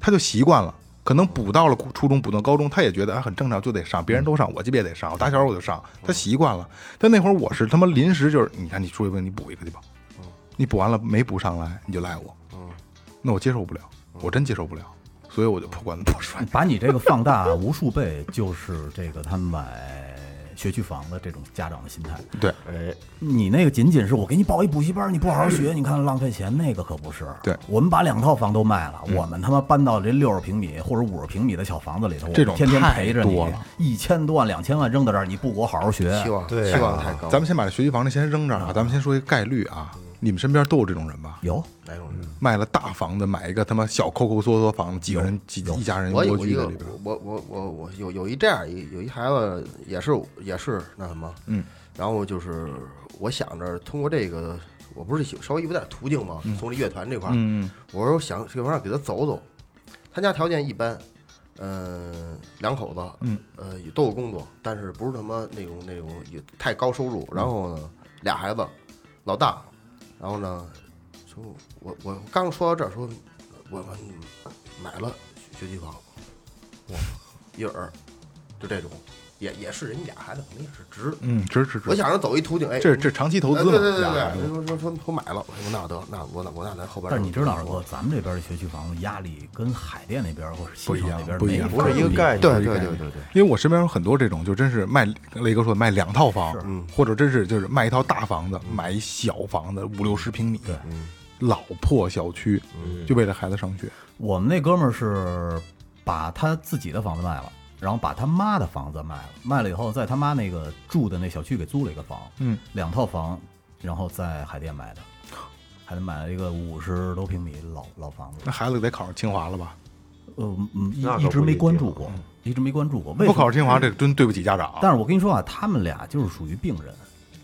[SPEAKER 1] 他就习惯了。可能补到了初中，补到高中，他也觉得啊很正常，就得上，别人都上，我这边也得上，我打小我就上，他习惯了。但那会儿我是他妈临时就是，你看你出一问你补一个去吧，
[SPEAKER 4] 嗯
[SPEAKER 1] 你补完了没补上来，你就赖我，那我接受不了，我真接受不了，所以我就破罐子破摔。
[SPEAKER 2] 把你这个放大无数倍，就是这个他买学区房的这种家长的心态。
[SPEAKER 1] 对
[SPEAKER 3] 哎，
[SPEAKER 2] 你那个仅仅是我给你报一补习班，你不好好学，你看浪费钱，那个可不是。
[SPEAKER 1] 嗯对嗯
[SPEAKER 2] 我们把两套房都卖了，我们他妈搬到这六十平米或者五十平米的小房子里头，我们
[SPEAKER 1] 这种
[SPEAKER 2] 天天
[SPEAKER 1] 太
[SPEAKER 2] 陪着你
[SPEAKER 1] 多了，
[SPEAKER 2] 一千多万、两千万扔到这儿，你不给我好好学，
[SPEAKER 4] 期望
[SPEAKER 3] 对
[SPEAKER 4] 期
[SPEAKER 3] 啊
[SPEAKER 4] 望太高。
[SPEAKER 1] 咱们先把这学区房这先扔这儿啊，咱们先说一个概率啊，
[SPEAKER 4] 嗯
[SPEAKER 1] 你们身边都有这种人吧？
[SPEAKER 2] 有
[SPEAKER 4] 哪种人？
[SPEAKER 1] 卖了大房子买一个他妈小抠抠缩缩房子，几个人几一家人
[SPEAKER 4] 我
[SPEAKER 1] 蜗
[SPEAKER 4] 有一
[SPEAKER 1] 居在
[SPEAKER 4] 个
[SPEAKER 1] 里边，，
[SPEAKER 4] 我我我我有有一这样一有一孩子也是也是那什么，
[SPEAKER 1] 嗯，
[SPEAKER 4] 然后就是我想着通过这个，我不是喜稍微有点途径嘛，从这乐团这块儿，
[SPEAKER 1] 嗯，
[SPEAKER 4] 我说想这块儿给他走走，他家条件一般，嗯，两口子，
[SPEAKER 1] 嗯，
[SPEAKER 4] 呃，也都有工作，但是不是他妈那种那种也太高收
[SPEAKER 1] 嗯
[SPEAKER 4] 入，然后呢，俩孩子，老大，然后呢，说我我刚说到这儿，说我我买了学区房，哇，一人儿就这种，也也是人家俩孩子，可能也是值。
[SPEAKER 1] 嗯，值值
[SPEAKER 4] 我
[SPEAKER 1] 值，
[SPEAKER 4] 想着走一途径，哎，
[SPEAKER 1] 这这长期投
[SPEAKER 4] 哎
[SPEAKER 1] 资
[SPEAKER 4] 对
[SPEAKER 1] 嘛，
[SPEAKER 4] 对对
[SPEAKER 1] 俩孩
[SPEAKER 4] 对，
[SPEAKER 1] 子
[SPEAKER 4] 说说说说买了，我说那得那我那我那咱后边儿
[SPEAKER 2] 但是你知道，二
[SPEAKER 4] 说
[SPEAKER 2] 哥，咱们这边的学区房压力跟海淀那边或者西
[SPEAKER 1] 不一
[SPEAKER 2] 城
[SPEAKER 1] 样
[SPEAKER 2] 那边
[SPEAKER 1] 不一样
[SPEAKER 2] 没
[SPEAKER 3] 不是一个概念，
[SPEAKER 4] 对对对对对，
[SPEAKER 1] 因为我身边有很多这种，就真是卖雷哥说的卖两套房，或者真是就是卖一套大房子，买一小房子五六十平米，老破小区，就为了孩子上学。
[SPEAKER 2] 我们那哥们儿是把他自己的房子卖了，然后把他妈的房子卖了，卖了以后，在他妈那个住的那小区给租了一个房，
[SPEAKER 1] 嗯，
[SPEAKER 2] 两套房，然后在海淀买的，海淀买了一个五十多平米老老房子
[SPEAKER 1] 那，孩子得考上清华了吧？
[SPEAKER 2] 呃，嗯
[SPEAKER 3] 那可
[SPEAKER 2] 一一直
[SPEAKER 3] 不一
[SPEAKER 2] 没
[SPEAKER 3] 定啊
[SPEAKER 2] 关注过，一直没关注过，为
[SPEAKER 1] 不
[SPEAKER 2] 什么
[SPEAKER 1] 考上清华，这真对不起家长。
[SPEAKER 2] 但是我跟你说啊，他们俩就是属于病人。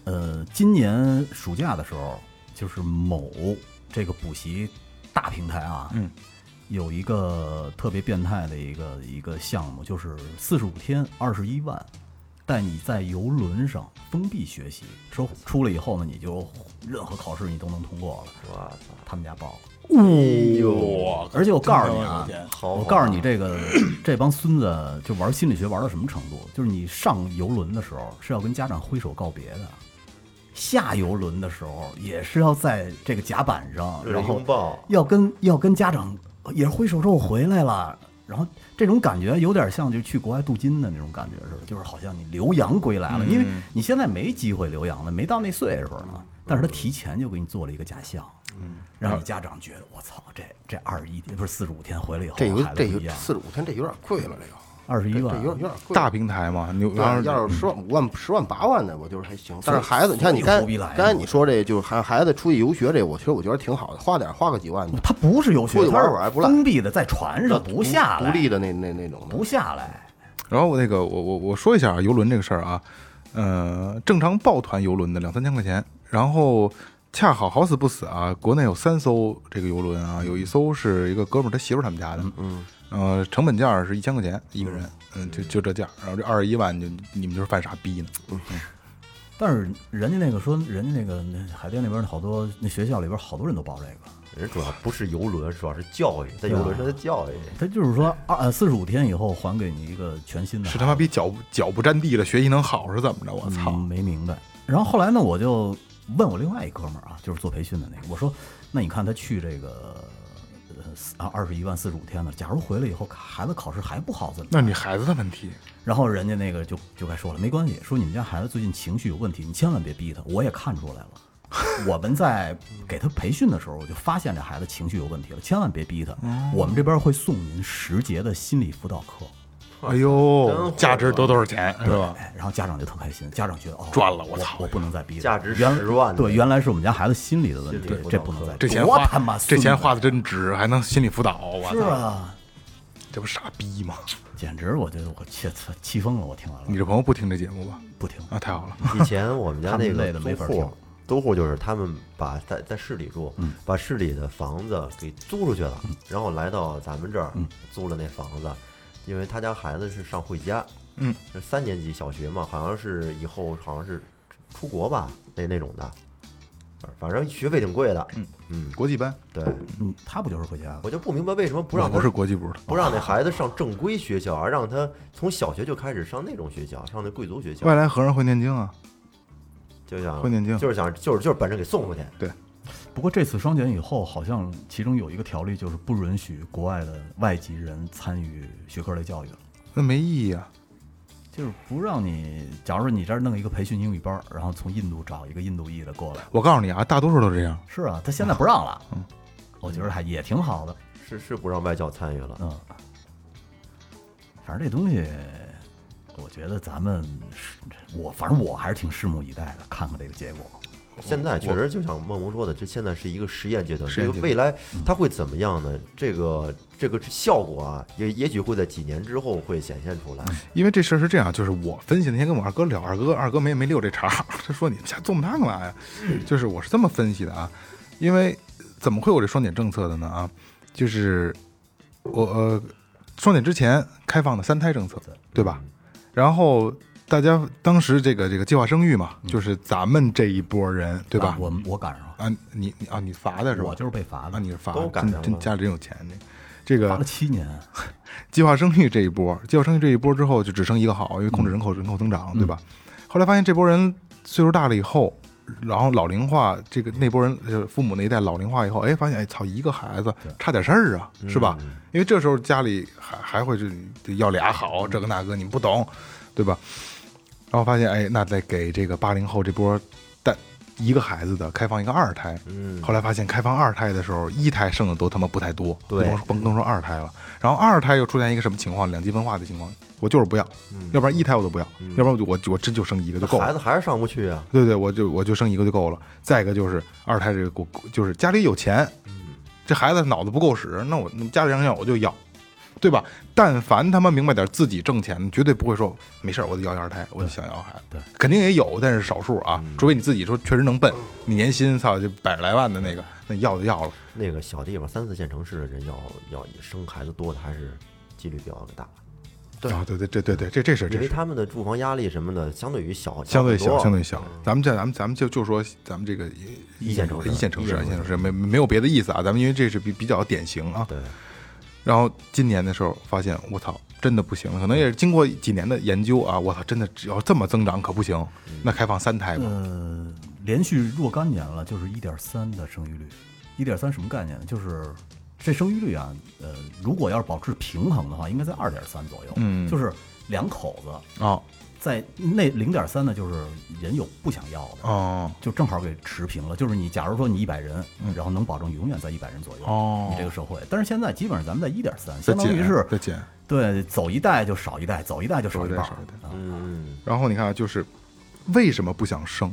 [SPEAKER 2] 呃，今年暑假的时候，就是某这个补习大平台啊，
[SPEAKER 1] 嗯，
[SPEAKER 2] 有一个特别变态的一个一个项目，就是四十五天二十一万，带你在游轮上封闭学习，说出来以后呢，你就任何考试你都能通过了。
[SPEAKER 3] 哇塞，
[SPEAKER 2] 他们家报了。
[SPEAKER 1] 哟，
[SPEAKER 2] 而且我告诉你啊，
[SPEAKER 3] 好
[SPEAKER 2] 我告诉你，这个这帮孙子就玩心理学玩到什么程度？就是你上游轮的时候是要跟家长挥手告别的，下游轮的时候也是要在这个甲板上，
[SPEAKER 3] 对
[SPEAKER 2] 然后
[SPEAKER 3] 拥抱
[SPEAKER 2] 要跟要跟家长也是挥手说我回来了，然后这种感觉有点像就去国外镀金的那种感觉似的，就是好像你留洋归来了，
[SPEAKER 4] 嗯
[SPEAKER 2] 因为你现在没机会留洋了，没到那岁数呢，但是他提前就给你做了一个假象，
[SPEAKER 4] 嗯
[SPEAKER 2] 让你家长觉得我操，这这二十一不是四十五天回来以后，
[SPEAKER 4] 这有
[SPEAKER 2] 孩
[SPEAKER 4] 这
[SPEAKER 2] 子不一
[SPEAKER 4] 有
[SPEAKER 2] 样，
[SPEAKER 4] 四十五天，这有点贵了，这个
[SPEAKER 2] 二十一
[SPEAKER 4] 这有点有
[SPEAKER 2] 万。啊
[SPEAKER 4] 点贵。
[SPEAKER 1] 大平台嘛，你
[SPEAKER 4] 对
[SPEAKER 1] 要是
[SPEAKER 4] 要是十万五万十万八万的，我就是还行。但是孩子，你看
[SPEAKER 2] 嗯所
[SPEAKER 4] 你
[SPEAKER 2] 以
[SPEAKER 4] 刚
[SPEAKER 2] 胡逼来的
[SPEAKER 4] 刚才你说这就是孩孩子出去游学这，我其实我觉得挺好的，花点花个几万的，
[SPEAKER 2] 他不是游学
[SPEAKER 4] 出，去玩
[SPEAKER 2] 他
[SPEAKER 4] 儿
[SPEAKER 2] 是
[SPEAKER 4] 玩儿不赖
[SPEAKER 2] 封闭的在船上不下
[SPEAKER 4] 独立
[SPEAKER 2] 来，
[SPEAKER 4] 嗯的那那那种的
[SPEAKER 2] 不下来。
[SPEAKER 1] 然后那个我我我说一下啊，游轮这个事儿啊，呃，正常报团游轮的两三千块钱，然后恰好好死不死啊，国内有三艘这个游轮
[SPEAKER 2] 嗯
[SPEAKER 1] 啊，有一艘是一个哥们儿他媳妇儿他们家的，嗯，呃，成本价是一千块钱一个人，嗯，就就这价，然后这二十一万就你们就是犯傻逼呢，
[SPEAKER 2] 嗯但是人家那个说，人家那个那海淀那边好多那学校里边好多人都报这个，
[SPEAKER 3] 人主要不是游轮，主要是教育，在游轮上的教育。
[SPEAKER 2] 他就是说二呃四十五天以后还给你一个全新的孩
[SPEAKER 1] 是
[SPEAKER 2] 子，
[SPEAKER 1] 他妈比脚脚不沾地了，学习能好是怎么着？我操！
[SPEAKER 2] 嗯没明白，然后后来呢，我就问我另外一哥们儿啊，就是做培训的那个，我说，那你看他去这个呃四啊二十一万四十五天呢，假如回来以后孩子考试还不好怎么办？
[SPEAKER 8] 那你孩子的问题，
[SPEAKER 2] 然后人家那个就就该说了，没关系，说你们家孩子最近情绪有问题，你千万别逼他，我也看出来 了。我们在给他培训的时候，我就发现这孩子情绪有问题了，千万别逼他。
[SPEAKER 1] 哦
[SPEAKER 2] 我们这边会送您十节的心理辅导课，
[SPEAKER 1] 哎呦，
[SPEAKER 8] 价值多多少钱是吧？
[SPEAKER 2] 哎，然后家长就特开心，家长觉得哦
[SPEAKER 8] 赚了
[SPEAKER 2] 我
[SPEAKER 8] 我操
[SPEAKER 2] 我不能再逼他，
[SPEAKER 3] 价值
[SPEAKER 2] 原
[SPEAKER 3] 10万
[SPEAKER 2] 对，原来是我们家孩子心理的问题
[SPEAKER 3] 心理，辅
[SPEAKER 2] 这
[SPEAKER 3] 导
[SPEAKER 2] 不能再逼
[SPEAKER 3] 课
[SPEAKER 8] 这钱
[SPEAKER 2] 多
[SPEAKER 8] 花
[SPEAKER 2] 他妈
[SPEAKER 8] 这钱
[SPEAKER 2] 孙子
[SPEAKER 8] 花的真值，还能心理辅导，我
[SPEAKER 2] 是
[SPEAKER 8] 操，
[SPEAKER 2] 啊，
[SPEAKER 8] 这不傻逼吗？
[SPEAKER 2] 简直我觉得我气气气疯了，我听完
[SPEAKER 1] 你
[SPEAKER 2] 了
[SPEAKER 1] 这朋友不听这节目吧？
[SPEAKER 2] 不听，
[SPEAKER 1] 啊，太好了，
[SPEAKER 3] 以前我们家
[SPEAKER 2] 他
[SPEAKER 3] 那
[SPEAKER 2] 们累得
[SPEAKER 3] 个租
[SPEAKER 2] 没法
[SPEAKER 3] 户
[SPEAKER 2] 听，
[SPEAKER 3] 租户就是他们把在在市里住，把市里的房子给租出去了，然后来到咱们这儿租了那房子，因为他家孩子是上惠家，
[SPEAKER 1] 嗯，
[SPEAKER 3] 三年级小学嘛，好像是以后好像是出国吧那那种的，反正学费挺贵的，嗯，
[SPEAKER 1] 国际班，
[SPEAKER 3] 对，
[SPEAKER 2] 嗯，他不就是回家
[SPEAKER 3] 我就不明白为什么不
[SPEAKER 1] 不
[SPEAKER 3] 让他
[SPEAKER 1] 不是国际部的，啊
[SPEAKER 3] 不让那孩子上正规学校，而让他从小学就开始上那种学校，上那贵族学校
[SPEAKER 1] 外，来和尚会念经啊，
[SPEAKER 3] 就想
[SPEAKER 1] 会念经
[SPEAKER 3] 就是想就是就是把人给送回去。
[SPEAKER 2] 不过这次双减以后，好像其中有一个条例就是不允许国外的外籍人参与学科类教育了。
[SPEAKER 1] 那没意义啊。
[SPEAKER 2] 就是不让你，假如说你这儿弄一个培训英语班儿，然后从印度找一个印度裔的过来，
[SPEAKER 1] 我告诉你啊，大多数都这样。
[SPEAKER 2] 是啊，他现在不让了，
[SPEAKER 8] 嗯
[SPEAKER 2] 我觉得还也挺好的，
[SPEAKER 3] 是是不让外教参与
[SPEAKER 1] 啊
[SPEAKER 3] 了，
[SPEAKER 2] 嗯，反正这东西，我觉得咱们是，我反正我还是挺拭目以待的，看看这个结果。
[SPEAKER 3] 现在确实就像梦龙说的，这现在是一个实验阶段，
[SPEAKER 1] 实
[SPEAKER 3] 这
[SPEAKER 1] 验
[SPEAKER 3] 个
[SPEAKER 1] 阶段嗯
[SPEAKER 3] 未来它会怎么样呢？这个这个效果啊，也也许会在几年之后会显现出来。
[SPEAKER 1] 因为这事儿是这样，就是我分析那天跟我二哥聊，二哥二哥没没溜这茬儿，他说你们瞎琢磨它干啊嘛呀？ 就是我是这么分析的啊，因为怎么会有这双减政策的呢啊？就是我呃，双减之前开放的三胎政策，对吧？然后大家当时这个这个计划生育嘛，就是咱们这一波人，对吧
[SPEAKER 2] 啊？我我赶上了，
[SPEAKER 1] 啊，你你啊，你罚的是吧？
[SPEAKER 2] 我就是被罚
[SPEAKER 1] 啊，
[SPEAKER 2] 的，
[SPEAKER 1] 你是罚
[SPEAKER 3] 都
[SPEAKER 1] 的，
[SPEAKER 3] 赶上
[SPEAKER 1] 真真
[SPEAKER 3] 了
[SPEAKER 1] 家里真有钱这这个
[SPEAKER 2] 罚了七年，
[SPEAKER 1] 计划生育这一波，计划生育这一波之后就只剩一个好，因为控制人口人口增长，对吧？后来发现这波人岁数大了以后，然后老龄化，这个那波人就是父母那一代老龄化以后，哎，发现哎操，一个孩子差点事儿啊，是吧？因为这时候家里还还会是要俩好，这个那个你们不懂，对吧？然后发现哎，那再给这个八零后这波带一个孩子的开放一个二胎，
[SPEAKER 3] 嗯，
[SPEAKER 1] 后来发现开放二胎的时候，一胎生的都他妈不太多，
[SPEAKER 3] 对
[SPEAKER 1] 甭说甭甭说二胎了。然后二胎又出现一个什么情况？两极分化的情况，我就是不要，
[SPEAKER 3] 嗯
[SPEAKER 1] 要不然一胎我都不要，要不然我就我我真就生一个就够
[SPEAKER 3] 孩
[SPEAKER 1] 了。
[SPEAKER 3] 子还是上不去啊，
[SPEAKER 1] 对对，我就我就生一个就够了。再一个就是二胎这个，就是家里有钱，
[SPEAKER 3] 嗯
[SPEAKER 1] 这孩子脑子不够使，那我那家里人要我就要，对吧？但凡他妈明白点自己挣钱，绝对不会说没事儿我得要一二胎，我就想要孩子。
[SPEAKER 2] 对，
[SPEAKER 1] 肯定也有，但是少数啊。
[SPEAKER 3] 嗯
[SPEAKER 1] 除非你自己说确实能奔，你年薪操就百来万的那个，那要就要了。
[SPEAKER 3] 那个小地方三四线城市的人要要生孩子多的还是几率比较大，
[SPEAKER 4] 对
[SPEAKER 1] 啊，对对对对对，这这是
[SPEAKER 3] 因
[SPEAKER 1] 这
[SPEAKER 3] 为
[SPEAKER 1] 是
[SPEAKER 3] 他们的住房压力什么的，相对于小
[SPEAKER 1] 相对
[SPEAKER 3] 很
[SPEAKER 1] 小，
[SPEAKER 3] 多
[SPEAKER 1] 相对小。咱们这咱们咱们就就说咱们这个
[SPEAKER 3] 嗯一线城市
[SPEAKER 1] 一线城市，一
[SPEAKER 3] 一
[SPEAKER 1] 线
[SPEAKER 3] 线
[SPEAKER 1] 城
[SPEAKER 3] 城
[SPEAKER 1] 市没没有别的意思啊。咱们因为这是比比较典型啊。
[SPEAKER 3] 对。
[SPEAKER 1] 然后今年的时候发现，我操，真的不行了。可能也是经过几年的研究啊，我操，真的只要这么增长可不行。
[SPEAKER 2] 嗯
[SPEAKER 1] 那开放三胎吧，
[SPEAKER 2] 呃，连续若干年了，就是一点三的生育率。一点三什么概念呢？就是这生育率啊，呃，如果要是保持平衡的话，应该在二点三左右。
[SPEAKER 1] 嗯
[SPEAKER 2] 就是两口子
[SPEAKER 1] 哦
[SPEAKER 2] 在那零点三呢，就是人有不想要的，
[SPEAKER 1] 哦
[SPEAKER 2] 就正好给持平了。就是你假如说你一百人，然后能保证永远在一百人左右。
[SPEAKER 1] 嗯哦
[SPEAKER 2] 你这个社会，但是现在基本上咱们在一点三，
[SPEAKER 1] 再
[SPEAKER 2] 相当于
[SPEAKER 1] 减啊
[SPEAKER 2] 是
[SPEAKER 1] 再减，
[SPEAKER 2] 对走一代就少一代，走一代就少一半
[SPEAKER 1] 走一代少一代
[SPEAKER 2] 啊。
[SPEAKER 3] 嗯，
[SPEAKER 1] 然后你看，啊，就是为什么不想生，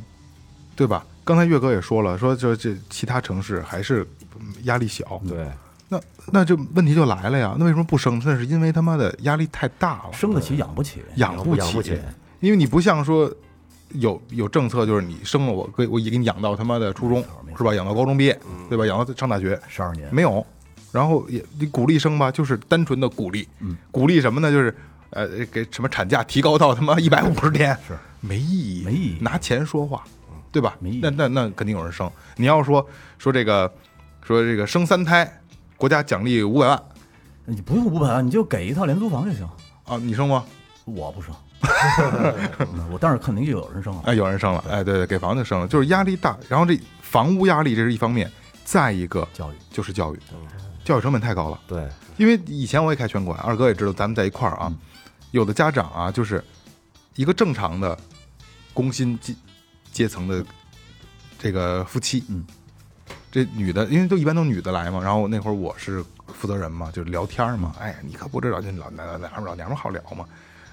[SPEAKER 1] 对吧？刚才岳哥也说了，说这这其他城市还是嗯压力小，
[SPEAKER 3] 对，
[SPEAKER 1] 那那就问题就来了呀，那为什么不生？那是因为他妈的压力太大了，
[SPEAKER 2] 生得起养不起，
[SPEAKER 1] 养不
[SPEAKER 3] 养不起
[SPEAKER 1] 因为你不像说有有政策，就是你生了我给我也给你养到他妈的初中
[SPEAKER 2] 没错嗯
[SPEAKER 1] 是吧？养到高中毕业对吧？养到上大学
[SPEAKER 2] 十二年
[SPEAKER 1] 没有，然后也你鼓励生吧，就是单纯的鼓励，
[SPEAKER 2] 嗯
[SPEAKER 1] 鼓励什么呢？就是呃给什么产假提高到他妈一百五十天
[SPEAKER 2] 是
[SPEAKER 1] 没意义，
[SPEAKER 2] 没意义嗯
[SPEAKER 1] 拿钱说话，对吧？
[SPEAKER 2] 没意义
[SPEAKER 1] 那那那肯定有人生。你要说说这个说这个生三胎，国家奖励五百万。
[SPEAKER 2] 你不用五百万，你就给一套廉租房就行。
[SPEAKER 1] 啊，你生吗？
[SPEAKER 2] 我不生，嗯我但是肯定就有人生啊了。
[SPEAKER 1] 哎，有人生了，哎，对对，给房就生了，就是压力大，然后这房屋压力这是一方面，再一个
[SPEAKER 2] 教育
[SPEAKER 1] 就是教育，教育成本太高了。
[SPEAKER 3] 对，
[SPEAKER 1] 因为以前我也开拳馆，二哥也知道，咱们在一块儿啊，有的家长啊，就是一个正常的工薪阶阶层的这个夫妻，
[SPEAKER 2] 嗯，
[SPEAKER 1] 这女的，因为都一般都女的来嘛，然后那会儿我是负责人嘛，就是聊天嘛，哎，你可不知道，这老老老老娘们好聊嘛，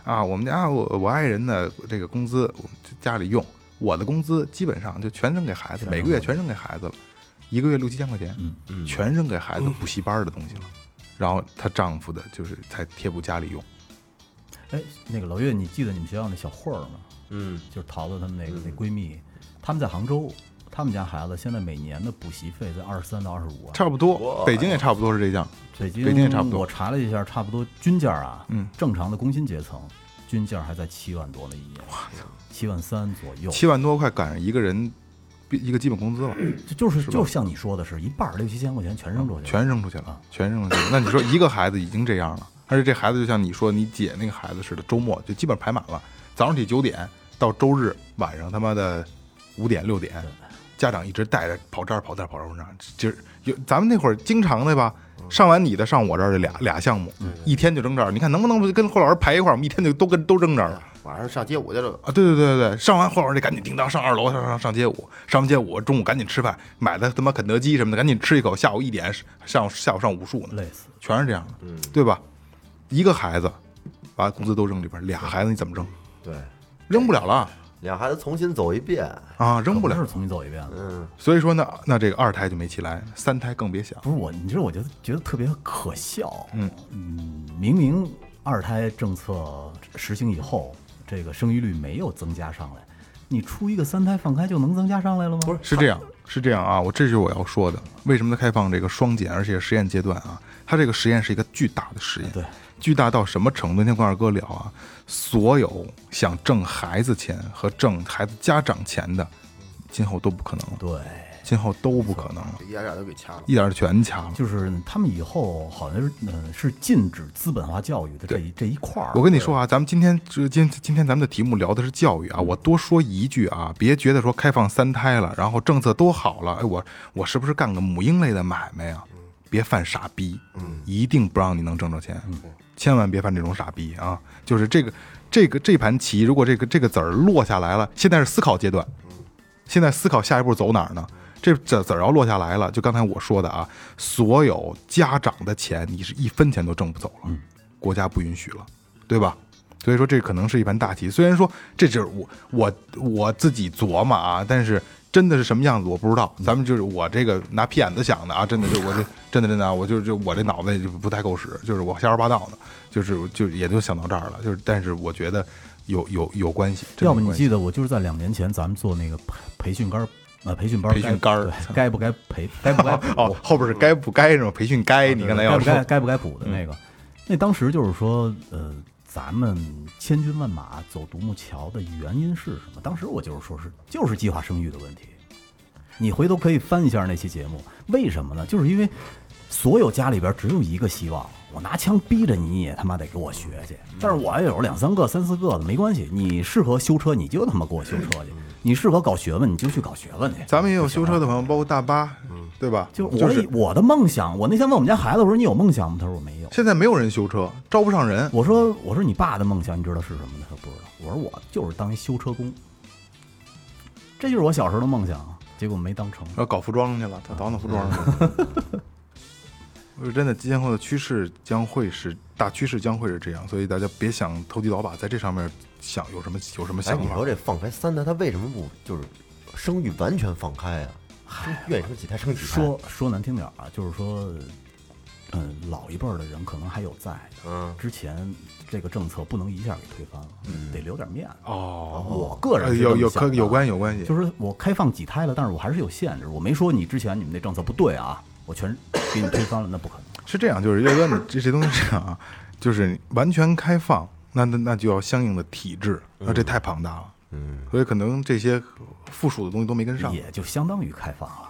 [SPEAKER 1] 啊，我们家我我爱人的这个工资，我们家里用我的工资基本上就全扔给孩子，每个月全扔给孩子了，一个月六七千块钱，
[SPEAKER 3] 嗯
[SPEAKER 1] 全扔给孩子补习班的东西了。然后她丈夫的就是才贴补家里用，
[SPEAKER 2] 哎，那个老岳，你记得你们学校那小慧儿吗？
[SPEAKER 3] 嗯
[SPEAKER 2] 就是桃子她们那个那闺蜜，她们在杭州，她们家孩子现在每年的补习费在二十三到二十五啊万。
[SPEAKER 1] 差不多，北京也差不多是这样。
[SPEAKER 2] 北京
[SPEAKER 1] 北京也差不多
[SPEAKER 2] 我查了一下，差不多均价啊，
[SPEAKER 1] 嗯
[SPEAKER 2] 正常的工薪阶层均价还在七万多呢一年，七万三左右。
[SPEAKER 1] 七万多块赶上一个人一个基本工资了，
[SPEAKER 2] 就就是就是像你说的是，一半儿六七千块钱全扔出去了，
[SPEAKER 1] 全扔出去了，全扔出去了。那你说一个孩子已经这样了，而且这孩子就像你说你姐那个孩子似的，周末就基本排满了，早上起九点到周日晚上他妈的五点六点，家长一直带着跑这儿跑那儿跑这儿跑那儿，就是有咱们那会儿经常的吧。上完你的，上我这儿的俩俩项目，一天就扔这儿。你看能不能跟霍老师排一块儿？我们一天就都跟都扔这儿了。
[SPEAKER 4] 晚上上街舞去了，
[SPEAKER 1] 啊，对对对对对，上完后边儿得赶紧叮当上二楼上上上街舞，上完街舞中午赶紧吃饭，买的他妈肯德基什么的赶紧吃一口，下午一点上下午上武术呢，
[SPEAKER 2] 累死。
[SPEAKER 1] 全是这样的，对吧？一个孩子把工资都扔里边儿，俩孩子你怎么扔？
[SPEAKER 3] 对，
[SPEAKER 1] 扔不了了
[SPEAKER 3] 俩孩子重新走一遍，
[SPEAKER 1] 啊，扔不
[SPEAKER 2] 可
[SPEAKER 1] 了
[SPEAKER 2] 是。重新走一遍了。
[SPEAKER 3] 嗯，
[SPEAKER 1] 所以说呢，那这个二胎就没起来，三胎更别想。
[SPEAKER 2] 不是我，你知道，我觉得觉得特别可笑。
[SPEAKER 1] 嗯
[SPEAKER 2] 明明二胎政策实行以后，这个生育率没有增加上来，你出一个三胎放开就能增加上来了吗？不是，
[SPEAKER 1] 是这样，是这样啊，我这就是我要说的。为什么它开放这个双减，而且实验阶段啊？它这个实验是一个巨大的实验，
[SPEAKER 2] 对，
[SPEAKER 1] 巨大到什么程度？那天跟二哥聊啊，所有想挣孩子钱和挣孩子家长钱的，今后都不可能了，
[SPEAKER 2] 对，
[SPEAKER 1] 今后都不可能了，
[SPEAKER 4] 这一点点都给掐了。
[SPEAKER 1] 一点儿全掐了。
[SPEAKER 2] 就是他们以后好像是嗯、是禁止资本化教育的这一这一块儿。
[SPEAKER 1] 我跟你说啊，咱们今天这今今天咱们的题目聊的是教育啊，我多说一句啊，别觉得说开放三胎了，然后政策都好了，哎，我我是不是干个母婴类的买卖呀、别犯傻逼，一定不让你能挣着钱，千万别犯这种傻逼啊！就是这个这个这盘棋，如果这个这个子儿落下来了，现在是思考阶段，现在思考下一步走哪儿呢？这子子儿要落下来了，就刚才我说的啊，所有家长的钱，你是一分钱都挣不走了，
[SPEAKER 2] 嗯
[SPEAKER 1] 国家不允许了，对吧？所以说这可能是一盘大棋。虽然说这只是我我我自己琢磨啊，但是真的是什么样子我不知
[SPEAKER 2] 嗯
[SPEAKER 1] 道。咱们就是我这个拿屁眼子想的啊，真的就 我这真的真的啊，我就就我这脑子就不太够使，就是我瞎说八道的，就是就也就想到这儿了。就是但是我觉得有有有关系，真的
[SPEAKER 2] 要
[SPEAKER 1] 有
[SPEAKER 2] 不你
[SPEAKER 1] 关系
[SPEAKER 2] 记得，我就是在两年前咱们做那个培培训班儿，呃，培训班儿
[SPEAKER 1] 培训
[SPEAKER 2] 该
[SPEAKER 1] 杆儿
[SPEAKER 2] 对该不该培，该不该补
[SPEAKER 1] 哦，后边是该不该是吗？培训该，你刚才
[SPEAKER 2] 啊该
[SPEAKER 1] 要
[SPEAKER 2] 不
[SPEAKER 1] 说嗯
[SPEAKER 2] 该该不该补的那个，那当时就是说，呃，咱们千军万马走独木桥的原因是什么？当时我就是说是就是计划生育的问题。你回头可以翻一下那期节目，为什么呢？就是因为所有家里边只有一个希望，我拿枪逼着你，你也他妈得给我学去。
[SPEAKER 1] 嗯
[SPEAKER 2] 但是我要有两三个、三四个的没关系，你适合修车，你就他妈给我修车去；你适合搞学问，你就去搞学问去。
[SPEAKER 1] 嗯咱们也有修车的朋友，包括大巴，
[SPEAKER 2] 嗯
[SPEAKER 1] 对吧？
[SPEAKER 2] 就我、
[SPEAKER 1] 就是
[SPEAKER 2] 我的梦想，我那天问我们家孩子，我说你有梦想吗？他说我没有。
[SPEAKER 1] 现在没有人修车，招不上人。
[SPEAKER 2] 我说我说你爸的梦想你知道是什么吗？他说不知道。我说我就是当一修车工，这就是我小时候的梦想啊，结果没当成。
[SPEAKER 1] 然后搞服装去了，他倒腾服装去了。
[SPEAKER 2] 嗯
[SPEAKER 1] 我说真的，今后的趋势将会是大趋势将会是这样，所以大家别想投机倒把，在这上面想有什么有什么
[SPEAKER 3] 哎，
[SPEAKER 1] 想
[SPEAKER 3] 你
[SPEAKER 1] 法
[SPEAKER 3] 说。这放开三胎，他为什么不就是生育完全放开啊？生愿意生几胎生几胎，
[SPEAKER 2] 说说难听点儿啊，就是说，嗯，老一辈儿的人可能还有在的，
[SPEAKER 3] 嗯，
[SPEAKER 2] 之前这个政策不能一下给推翻了，得留点面子。
[SPEAKER 1] 哦，
[SPEAKER 2] 我个人
[SPEAKER 1] 呃
[SPEAKER 2] 是这么
[SPEAKER 1] 有有
[SPEAKER 2] 想
[SPEAKER 1] 可
[SPEAKER 2] 的
[SPEAKER 1] 有关系有关系，
[SPEAKER 2] 就是我开放几胎了，但是我还是有限制，我没说你之前你们那政策不对啊，我全给你推翻了，那不可能。
[SPEAKER 1] 是这样，就是岳哥，你这这东西是这样啊， 就是完全开放，那那那就要相应的体制，那这太庞大了，嗯，所以可能这些附属的东西都没跟上。呃
[SPEAKER 2] 也就相当于开放了。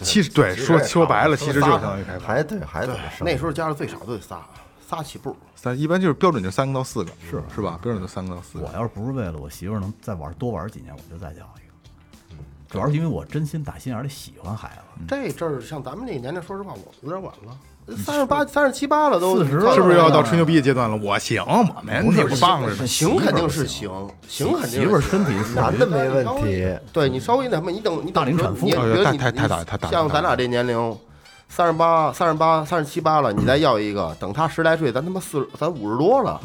[SPEAKER 1] 其实对说说白了，其实就相当于开放。
[SPEAKER 3] 还对孩子
[SPEAKER 4] 那时候家里最少都得仨，仨起步，
[SPEAKER 8] 三一般就是标准就三个到四个，是是吧？标准就三个到四
[SPEAKER 2] 我
[SPEAKER 8] 个。
[SPEAKER 2] 要是不是为了我媳妇儿能再玩多玩几年，我就再教一个。
[SPEAKER 4] 嗯
[SPEAKER 2] 主要是因为我真心打心眼儿里喜欢孩子，
[SPEAKER 4] 这阵儿像咱们这个年龄，说实话，我们有点晚了，三十八、三十七八了都，
[SPEAKER 2] 40
[SPEAKER 4] 操
[SPEAKER 2] 了
[SPEAKER 1] 是不是要到吹牛逼的阶段了？我行，我没你不棒着呢。
[SPEAKER 4] 行肯定是行，行肯定是
[SPEAKER 2] 媳妇儿身体
[SPEAKER 4] 行
[SPEAKER 3] 男的没问
[SPEAKER 4] 稍
[SPEAKER 3] 题
[SPEAKER 4] 微。对你稍微那什么，你等你等
[SPEAKER 2] 大龄产妇
[SPEAKER 4] 你比如
[SPEAKER 1] 哎呦
[SPEAKER 4] 你
[SPEAKER 1] 太太太大
[SPEAKER 4] 你
[SPEAKER 1] 太大
[SPEAKER 4] 像
[SPEAKER 1] 太大
[SPEAKER 4] 咱俩这年龄，三十八、三十八、三十七八了，你再要一个，等他十来岁，咱他妈四咱五十多了，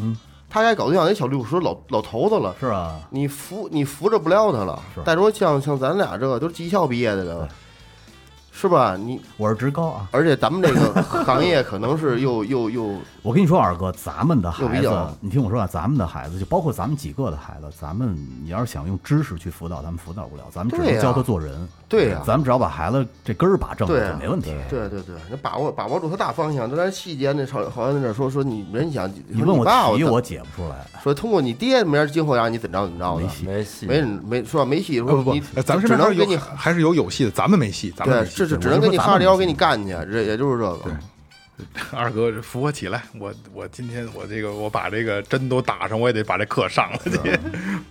[SPEAKER 4] 他该搞对象得小六十老老头子了，
[SPEAKER 2] 是啊吧？
[SPEAKER 4] 你扶你扶着不了他了。再说像像咱俩这个都是技校毕业的了，是吧？你
[SPEAKER 2] 我是职高啊。
[SPEAKER 4] 而且咱们这个行业可能是又又又
[SPEAKER 2] 我跟你说，二哥，咱们的
[SPEAKER 4] 又
[SPEAKER 2] 孩
[SPEAKER 4] 比
[SPEAKER 2] 子
[SPEAKER 4] 较，
[SPEAKER 2] 你听我说啊，咱们的孩子，就包括咱们几个的孩子，咱们你要是想用知识去辅导，咱们辅导不了，咱们只
[SPEAKER 4] 对
[SPEAKER 2] 能
[SPEAKER 4] 呀
[SPEAKER 2] 教他做人。
[SPEAKER 4] 对呀
[SPEAKER 2] 咱们只要把孩子这根儿把正
[SPEAKER 4] 对
[SPEAKER 2] 了，
[SPEAKER 4] 啊
[SPEAKER 2] 就没问题。
[SPEAKER 4] 对对对，那把握把握住他大方向，但是细节那好好像在那说说你人想
[SPEAKER 2] 你问我
[SPEAKER 4] 爸
[SPEAKER 2] 题，
[SPEAKER 4] 怎
[SPEAKER 2] 我解不出来。
[SPEAKER 4] 说通过你爹没人今后让你怎么着怎么着的，
[SPEAKER 3] 没戏，
[SPEAKER 4] 没人没说没戏，
[SPEAKER 1] 呃
[SPEAKER 4] 说
[SPEAKER 1] 不不
[SPEAKER 4] 你，
[SPEAKER 1] 呃咱们
[SPEAKER 4] 只
[SPEAKER 1] 身边还是
[SPEAKER 4] 能给你
[SPEAKER 1] 有还是有有戏的，咱们没戏，咱们
[SPEAKER 4] 对
[SPEAKER 1] 没，戏
[SPEAKER 4] 这。是只
[SPEAKER 2] 我
[SPEAKER 4] 能
[SPEAKER 2] 就说
[SPEAKER 4] 给你
[SPEAKER 2] 咱
[SPEAKER 4] 哈着
[SPEAKER 2] 们
[SPEAKER 4] 腰
[SPEAKER 2] 没
[SPEAKER 4] 给你干去，这也就是这个。
[SPEAKER 1] 二哥扶我起来，我我今天我这个我把这个针都打上，我也得把这课上了去。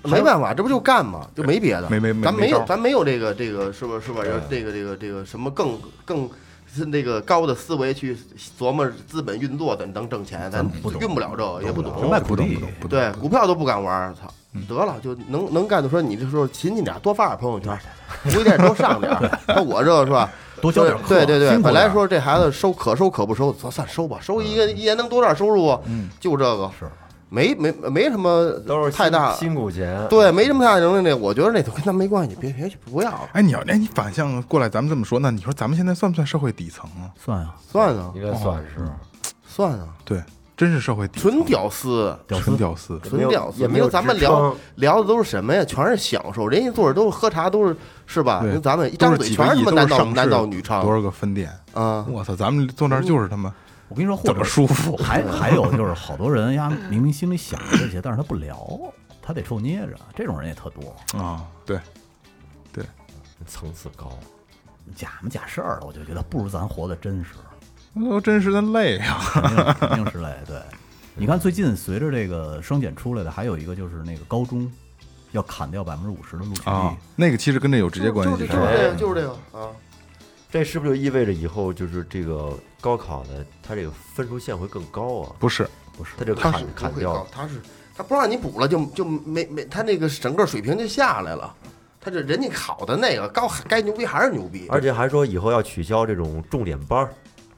[SPEAKER 4] 没办法，这不就干嘛，就没别的，
[SPEAKER 1] 没没没
[SPEAKER 4] 咱
[SPEAKER 1] 没
[SPEAKER 4] 没
[SPEAKER 1] 招
[SPEAKER 4] 有
[SPEAKER 1] 儿，
[SPEAKER 4] 咱没有这个这个，是吧是吧？有这个这个这个什么更更是那个高的思维去琢磨资本运作怎么能挣钱，咱
[SPEAKER 2] 不懂
[SPEAKER 4] 运不了这个，也不
[SPEAKER 2] 人外
[SPEAKER 4] 懂，
[SPEAKER 2] 土地，
[SPEAKER 4] 对，股票都不敢玩儿，操。得了，就能能干的说，你这时候勤勤点儿，多发点儿朋友圈儿，微店多上点儿。那我这是吧？
[SPEAKER 2] 多教点儿课
[SPEAKER 4] 对对对，
[SPEAKER 2] 辛苦
[SPEAKER 4] 本来
[SPEAKER 2] 点儿
[SPEAKER 4] 说这孩子收可收可不收，算算收吧，收一个一年能多点儿收入啊？就这个
[SPEAKER 2] 是，
[SPEAKER 4] 没没没什么
[SPEAKER 3] 都是
[SPEAKER 4] 太大
[SPEAKER 3] 辛辛苦钱，
[SPEAKER 4] 对，没什么太大能力。我觉得那都跟咱没关系，别别不要了，
[SPEAKER 1] 哎，你要哎你反向过来，咱们这么说，那你说咱们现在算不算社会底层啊？
[SPEAKER 2] 算啊，
[SPEAKER 4] 算啊
[SPEAKER 3] 应该算是
[SPEAKER 4] 算啊，
[SPEAKER 1] 对，真是社会底层，
[SPEAKER 4] 纯屌丝，
[SPEAKER 2] 屌丝
[SPEAKER 1] 纯。屌丝。
[SPEAKER 3] 没
[SPEAKER 4] 纯
[SPEAKER 3] 有
[SPEAKER 4] 屌丝。
[SPEAKER 3] 也没有
[SPEAKER 4] 咱们
[SPEAKER 3] 支
[SPEAKER 4] 聊
[SPEAKER 3] 撑
[SPEAKER 4] 聊的都是什么呀？全是享受，人家坐着都是喝茶，都是是吧？
[SPEAKER 1] 对
[SPEAKER 4] 那，咱们一
[SPEAKER 1] 都
[SPEAKER 4] 张
[SPEAKER 1] 是
[SPEAKER 4] 嘴
[SPEAKER 1] 几
[SPEAKER 4] 全
[SPEAKER 1] 个
[SPEAKER 4] 是
[SPEAKER 1] 亿，
[SPEAKER 4] 他妈
[SPEAKER 1] 都
[SPEAKER 4] 男
[SPEAKER 1] 是
[SPEAKER 4] 盗
[SPEAKER 1] 上
[SPEAKER 4] 男
[SPEAKER 1] 市
[SPEAKER 4] 盗女娼
[SPEAKER 1] 多少个分店？
[SPEAKER 4] 啊！
[SPEAKER 1] 我操，咱们坐那儿就是他妈
[SPEAKER 2] 我跟你说，或
[SPEAKER 1] 怎
[SPEAKER 2] 者
[SPEAKER 1] 么舒服。
[SPEAKER 2] 还还有就是，好多人呀，明明心里想着这些，但是他不聊，他得受捏着，这种人也特多，
[SPEAKER 4] 嗯
[SPEAKER 1] 啊，对，
[SPEAKER 3] 层次高，
[SPEAKER 2] 假模假事儿了。我就觉得不如咱活得真实，
[SPEAKER 1] 那都真是的累啊呀、
[SPEAKER 2] 肯定肯定是累。对，你看最近随着这个双减出来的，还有一个就是那个高中要砍掉百分之五十的录取率，
[SPEAKER 1] 啊！那个其实跟这有直接关系，
[SPEAKER 4] 嗯就是就是这个，就是这个啊！
[SPEAKER 3] 这是不是就意味着以后就是这个高考的它这个分数线会更高啊？
[SPEAKER 1] 不是？
[SPEAKER 3] 它这个
[SPEAKER 4] 他是
[SPEAKER 3] 砍
[SPEAKER 4] 不
[SPEAKER 3] 砍
[SPEAKER 4] 会
[SPEAKER 3] 掉
[SPEAKER 4] 高，，他是他不让你补了，就就没没他那个整个水平就下来了。他这人家考的那个高，该牛逼还是牛逼。
[SPEAKER 3] 而且还说以后要取消这种重点班儿，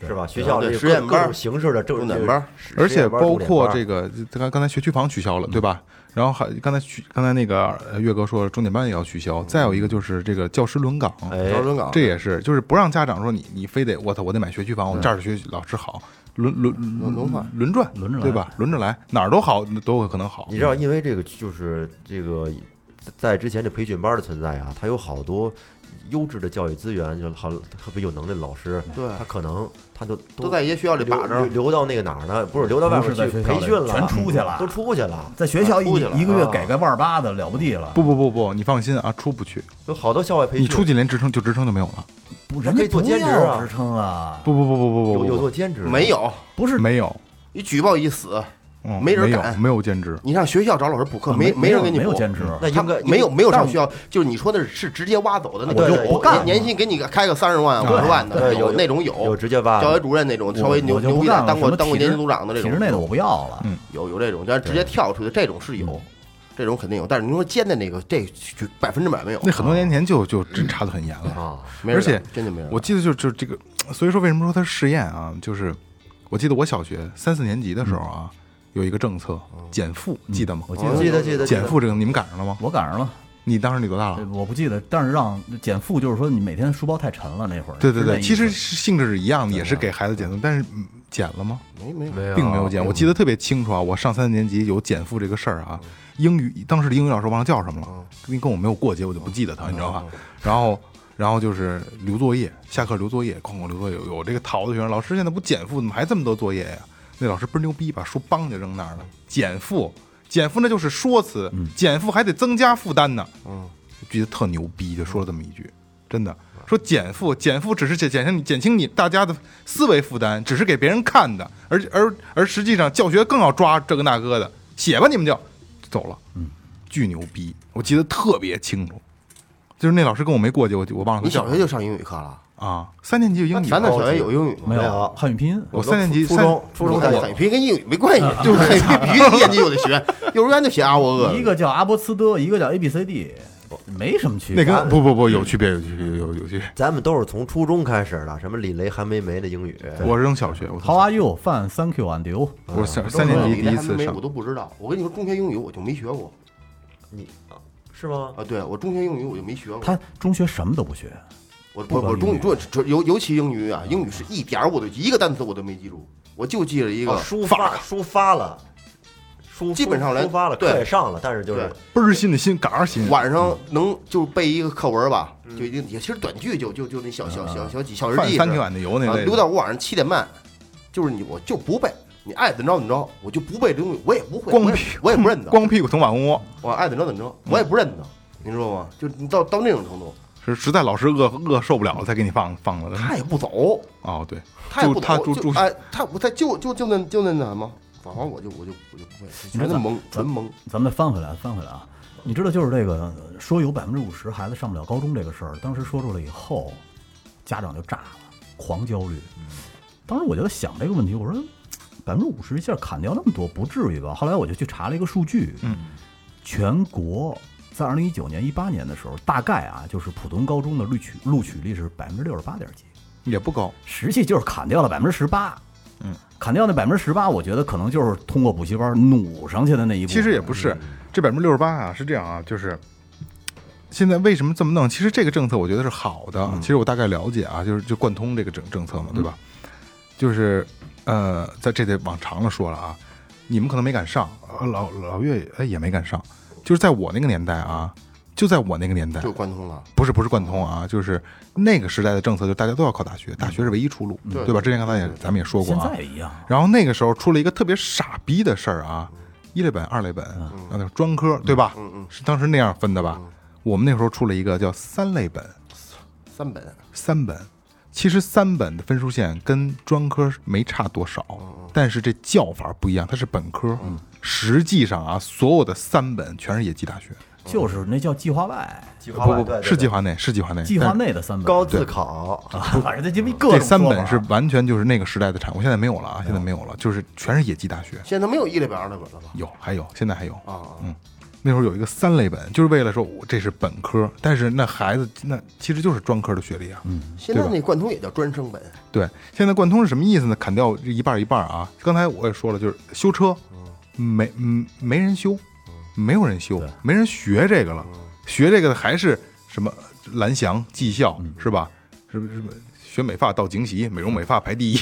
[SPEAKER 3] 是吧？学校
[SPEAKER 4] 对
[SPEAKER 3] 这
[SPEAKER 4] 实验
[SPEAKER 3] 各
[SPEAKER 4] 班儿
[SPEAKER 3] 各种形式的这种
[SPEAKER 4] 重点班儿，
[SPEAKER 3] 这个
[SPEAKER 1] 而且包
[SPEAKER 3] 实验班儿重点班
[SPEAKER 1] 括
[SPEAKER 3] 儿
[SPEAKER 1] 这个，刚刚才学区房取消了，对吧？然后还刚才取刚才那个呃岳哥说重点班也要取消，再有一个就是这个教师轮岗，
[SPEAKER 4] 招
[SPEAKER 3] 哎，
[SPEAKER 4] 生岗
[SPEAKER 1] 这也是就是不让家长说你你非得我操我得买学区房，我这儿的学老师好，轮轮轮
[SPEAKER 4] 轮换
[SPEAKER 1] 轮转
[SPEAKER 2] 轮着来
[SPEAKER 1] 对吧？轮着来哪儿都好都有可能好
[SPEAKER 3] 你，知道，因为这个就是这个在之前这培训班儿的存在啊，它有好多优质的教育资源，就是好特别有能力的老师，
[SPEAKER 4] 对
[SPEAKER 3] 他可能他就
[SPEAKER 4] 都在一些学校里把
[SPEAKER 3] 留
[SPEAKER 4] 着。
[SPEAKER 3] 留到那个哪儿呢？不是留到外
[SPEAKER 2] 不
[SPEAKER 3] 面
[SPEAKER 2] 是在
[SPEAKER 3] 去
[SPEAKER 2] 学校
[SPEAKER 3] 培
[SPEAKER 2] 里
[SPEAKER 3] 训了，
[SPEAKER 2] 全出去了
[SPEAKER 3] 都出去了。
[SPEAKER 2] 在学校一
[SPEAKER 4] 啊出去了
[SPEAKER 2] 一个月
[SPEAKER 3] 啊
[SPEAKER 2] 给个万儿八的了不地了，
[SPEAKER 1] 不不不不，你放心啊，出不去，
[SPEAKER 3] 哎有好多校外培训，
[SPEAKER 1] 你出去连职称就职称就没有了，
[SPEAKER 2] 不人家
[SPEAKER 3] 可以做
[SPEAKER 2] 不
[SPEAKER 3] 兼职啊
[SPEAKER 2] 要职称啊，
[SPEAKER 1] 不不不不不
[SPEAKER 3] 有
[SPEAKER 1] 不
[SPEAKER 3] 有
[SPEAKER 1] 不
[SPEAKER 3] 做兼职的
[SPEAKER 4] 没？有，
[SPEAKER 2] 不是
[SPEAKER 1] 不，没有，
[SPEAKER 4] 你举报一死，
[SPEAKER 1] 嗯，
[SPEAKER 4] 没人
[SPEAKER 1] 没有
[SPEAKER 4] 敢
[SPEAKER 1] 没有兼职，
[SPEAKER 4] 你上学校找老师补课，
[SPEAKER 2] 啊没
[SPEAKER 4] 没人给你
[SPEAKER 2] 没有
[SPEAKER 4] 补。嗯
[SPEAKER 2] 兼职，
[SPEAKER 3] 那应该
[SPEAKER 4] 没有没有上学
[SPEAKER 2] 校，
[SPEAKER 4] 校，就是你说的是直接挖走的那
[SPEAKER 3] 我
[SPEAKER 4] 种，
[SPEAKER 3] 就
[SPEAKER 4] 有
[SPEAKER 3] 不干了
[SPEAKER 4] 年年薪给你开个三十万五十万的，
[SPEAKER 3] 对有
[SPEAKER 4] 有那种
[SPEAKER 3] 有
[SPEAKER 4] 有，
[SPEAKER 3] 直接挖
[SPEAKER 4] 教学主任那种稍微
[SPEAKER 2] 我
[SPEAKER 4] 牛
[SPEAKER 2] 我就
[SPEAKER 4] 牛
[SPEAKER 2] 不
[SPEAKER 4] 逼
[SPEAKER 2] 干
[SPEAKER 4] 点，
[SPEAKER 2] 了
[SPEAKER 4] 当
[SPEAKER 2] 什
[SPEAKER 4] 过
[SPEAKER 2] 么
[SPEAKER 4] 当过
[SPEAKER 2] 体制
[SPEAKER 4] 年级组长的这
[SPEAKER 2] 体
[SPEAKER 4] 种嗯
[SPEAKER 2] 制内的我不要了。
[SPEAKER 4] 有有这种，但是直接跳出去这种是
[SPEAKER 2] 嗯
[SPEAKER 4] 有，这种肯定有，但是你说尖的那个，这绝百分之百没有啊
[SPEAKER 1] 那，很多年前就就真查的很严了。
[SPEAKER 3] 啊，
[SPEAKER 4] 没人
[SPEAKER 1] 而且
[SPEAKER 4] 敢真的没人敢。
[SPEAKER 1] 我记得就就这个，所以说为什么说它是试验啊？就是我记得我小学三四年级的时候啊，有一个政策减负，记得吗？
[SPEAKER 2] 我记
[SPEAKER 3] 我记得记得
[SPEAKER 1] 减负这个你们赶上了吗？
[SPEAKER 2] 我赶上了，
[SPEAKER 1] 你当时你多
[SPEAKER 4] 啊
[SPEAKER 1] 大
[SPEAKER 2] 呃
[SPEAKER 1] 了？
[SPEAKER 2] 我不记得，但是让减负就是说你每天书包太沉了那会儿。
[SPEAKER 1] 对对
[SPEAKER 2] 是那
[SPEAKER 1] 对，
[SPEAKER 2] 意思
[SPEAKER 1] 其实是性质是一样的，也是给孩子减负，但是嗯减了吗？
[SPEAKER 4] 没没
[SPEAKER 3] 没有
[SPEAKER 1] 并没
[SPEAKER 2] 哦
[SPEAKER 1] 有减。我记得特别清楚啊，我上三年级有减负这个事儿啊。
[SPEAKER 2] 嗯
[SPEAKER 1] 英语当时的英语老师忘了叫什么了，跟跟我没有过节，我就不记得他，你知道吧？
[SPEAKER 2] 嗯
[SPEAKER 1] 然后然后就是留作业，下课留作业，哐哐留作业。有这个淘的学生，老师现在不减负，怎么还这么多作业呀？那老师倍儿牛逼，把书梆就扔那儿了。减负，减负那就是说辞，减负还得增加负担呢。嗯，觉得特牛逼，就说了这么一句。真的说减负，减负只是减减轻减轻你大家的思维负担，只是给别人看的，而而而实际上教学更要抓这个那个的，写吧你们就走了，嗯，巨牛逼，我记得特别清楚，就是那老师跟我没过节，我就我忘了
[SPEAKER 4] 你
[SPEAKER 1] 他叫
[SPEAKER 4] 小学就上英语课了？
[SPEAKER 1] 啊，三年级就英语
[SPEAKER 4] 咱那
[SPEAKER 1] 了，
[SPEAKER 4] 小学有英语吗？哎
[SPEAKER 2] 没有汉语拼音，
[SPEAKER 1] 我三年级
[SPEAKER 3] 初
[SPEAKER 1] 三
[SPEAKER 3] 中初中
[SPEAKER 4] 汉
[SPEAKER 3] 才
[SPEAKER 4] 语拼音跟英语没关系，就是汉语拼音必须得念经就得学，幼儿园就写啊我饿了。
[SPEAKER 2] 一个叫阿波茨德，一个叫 A B C D，没什么区别。
[SPEAKER 1] 那跟不不不有区别有区别有有区别，
[SPEAKER 3] 咱们都是从初中开始的，什么李雷、韩梅梅的英语，
[SPEAKER 1] 我是扔小学，我
[SPEAKER 2] How are you? Fine, thank you and you。
[SPEAKER 1] 我三三年级
[SPEAKER 4] 你
[SPEAKER 1] 第
[SPEAKER 4] 连
[SPEAKER 1] 一
[SPEAKER 4] 还
[SPEAKER 1] 次
[SPEAKER 4] 没
[SPEAKER 1] 上
[SPEAKER 4] 我，都不知道。我跟你说，中学英语我就没学过
[SPEAKER 3] 你啊是吗？
[SPEAKER 4] 啊。对，我中学英语我就没学过。
[SPEAKER 2] 他中学什么都不学，
[SPEAKER 4] 我我
[SPEAKER 2] 管
[SPEAKER 4] 我中
[SPEAKER 2] 英
[SPEAKER 4] 语
[SPEAKER 2] 语
[SPEAKER 4] 中主尤尤其英语啊，英语是一点儿我都一个单词我都没记住，我就记了一个
[SPEAKER 3] 哦抒发抒发了，抒
[SPEAKER 4] 基本上连
[SPEAKER 3] 抒发了，
[SPEAKER 4] 对
[SPEAKER 3] 课也上了，但是就是
[SPEAKER 1] 倍
[SPEAKER 4] 对
[SPEAKER 1] 儿新的新杆儿新，
[SPEAKER 4] 晚上能就是背一个课文吧，就已经也其实短句就就就那小小小小几小日
[SPEAKER 1] 啊饭
[SPEAKER 4] 记似
[SPEAKER 1] 三天
[SPEAKER 4] 的，
[SPEAKER 1] 碗的油那
[SPEAKER 4] 啊，
[SPEAKER 1] 类
[SPEAKER 4] 留
[SPEAKER 1] 的，
[SPEAKER 4] 到我晚上七点半，就是你我就不背，你爱怎么着怎么着，我就不背这东西，我也不会，
[SPEAKER 1] 光
[SPEAKER 4] 我也
[SPEAKER 1] 屁
[SPEAKER 4] 我也不认得，
[SPEAKER 1] 光屁股捅马蜂窝，
[SPEAKER 4] 我爱怎么着怎么着，我也不认得，你知道吗？就你到到那种程度，
[SPEAKER 1] 是实在老师饿饿受不了了才给你放放了的。
[SPEAKER 4] 他也不走，
[SPEAKER 1] 哦，对，
[SPEAKER 4] 他也
[SPEAKER 1] 就
[SPEAKER 4] 不
[SPEAKER 1] 他
[SPEAKER 4] 走，
[SPEAKER 1] 住
[SPEAKER 4] 就
[SPEAKER 1] 住
[SPEAKER 4] 哎，他我他就就就那就那那什么，反正我就我就我就不会，全是懵，全懵。
[SPEAKER 2] 咱们翻回来，翻回来啊！你知道，就是这个说有百分之五十孩子上不了高中这个事儿，当时说出来以后，家长就炸了，狂焦虑。
[SPEAKER 1] 嗯
[SPEAKER 2] 当时我就在想这个问题，我说百分之五十一下砍掉那么多，不至于吧？后来我就去查了一个数据，
[SPEAKER 1] 嗯，
[SPEAKER 2] 全国在二零一九年、一八年的时候，大概啊，就是普通高中的录取录取率是百分之六十八点几，
[SPEAKER 1] 也不高，
[SPEAKER 2] 实际就是砍掉了百分之十八。
[SPEAKER 1] 嗯，
[SPEAKER 2] 砍掉那百分之十八，我觉得可能就是通过补习班努上去的那一步。
[SPEAKER 1] 其实也不是，这百分之六十八啊，是这样啊，就是现在为什么这么弄？其实这个政策我觉得是好的，其实我大概了解啊，就是就贯通这个政政策嘛，对吧？就是呃，在这得往长了说了啊，你们可能没敢上，呃老老岳也哎也没敢上，就是在我那个年代啊，就在我那个年代，
[SPEAKER 4] 就贯通了，
[SPEAKER 1] 不是不是贯通啊，就是那个时代的政策，就是大家都要考大学，大学是唯一出路，
[SPEAKER 3] 嗯
[SPEAKER 4] 对
[SPEAKER 1] 对吧？之前刚才也咱们也说过
[SPEAKER 2] 现
[SPEAKER 1] 啊
[SPEAKER 2] 在，也一样。
[SPEAKER 1] 然后那个时候出了一个特别傻逼的事儿啊，一类本、二类本，
[SPEAKER 3] 嗯
[SPEAKER 1] 然后那种专科，对吧？是当时那样分的吧？我们那时候出了一个叫三类本，
[SPEAKER 4] 三本。
[SPEAKER 1] 三本。其实三本的分数线跟专科没差多少，
[SPEAKER 3] 嗯
[SPEAKER 1] 但是这叫法不一样，它是本科。实际上啊，所有的三本全是野鸡大学，
[SPEAKER 2] 就是那叫计划外、
[SPEAKER 3] 计
[SPEAKER 1] 不
[SPEAKER 3] 划
[SPEAKER 1] 不
[SPEAKER 3] 外
[SPEAKER 1] 不，
[SPEAKER 3] 对
[SPEAKER 1] 是计
[SPEAKER 3] 对
[SPEAKER 1] 划内，是计划内，
[SPEAKER 2] 计划
[SPEAKER 1] 嗯但
[SPEAKER 2] 内的三本，啊
[SPEAKER 3] 高自考，
[SPEAKER 2] 反正这鸡巴各种
[SPEAKER 1] 这三
[SPEAKER 2] 说
[SPEAKER 1] 本
[SPEAKER 2] 法
[SPEAKER 1] 是完全就是那个时代的产物，现在没有了啊，现在没有了，就是全是野鸡大学。
[SPEAKER 4] 现在没有一类本、二类本了吧？
[SPEAKER 1] 有，还有，现在还有。
[SPEAKER 4] 啊，
[SPEAKER 1] 那时候有一个三类本，就是为了说我这是本科，但是那孩子那其实就是专科的学历啊。嗯，
[SPEAKER 4] 现在
[SPEAKER 1] 对吧
[SPEAKER 4] 那贯通也叫专升本，
[SPEAKER 1] 对。现在贯通是什么意思呢？砍掉一半儿一半儿啊。刚才我也说了，就是修车，没嗯没人修，没有人修，没人学这个了，学这个的还是什么蓝翔技校是吧？是不是不是学美发到景喜，美容美发排第一，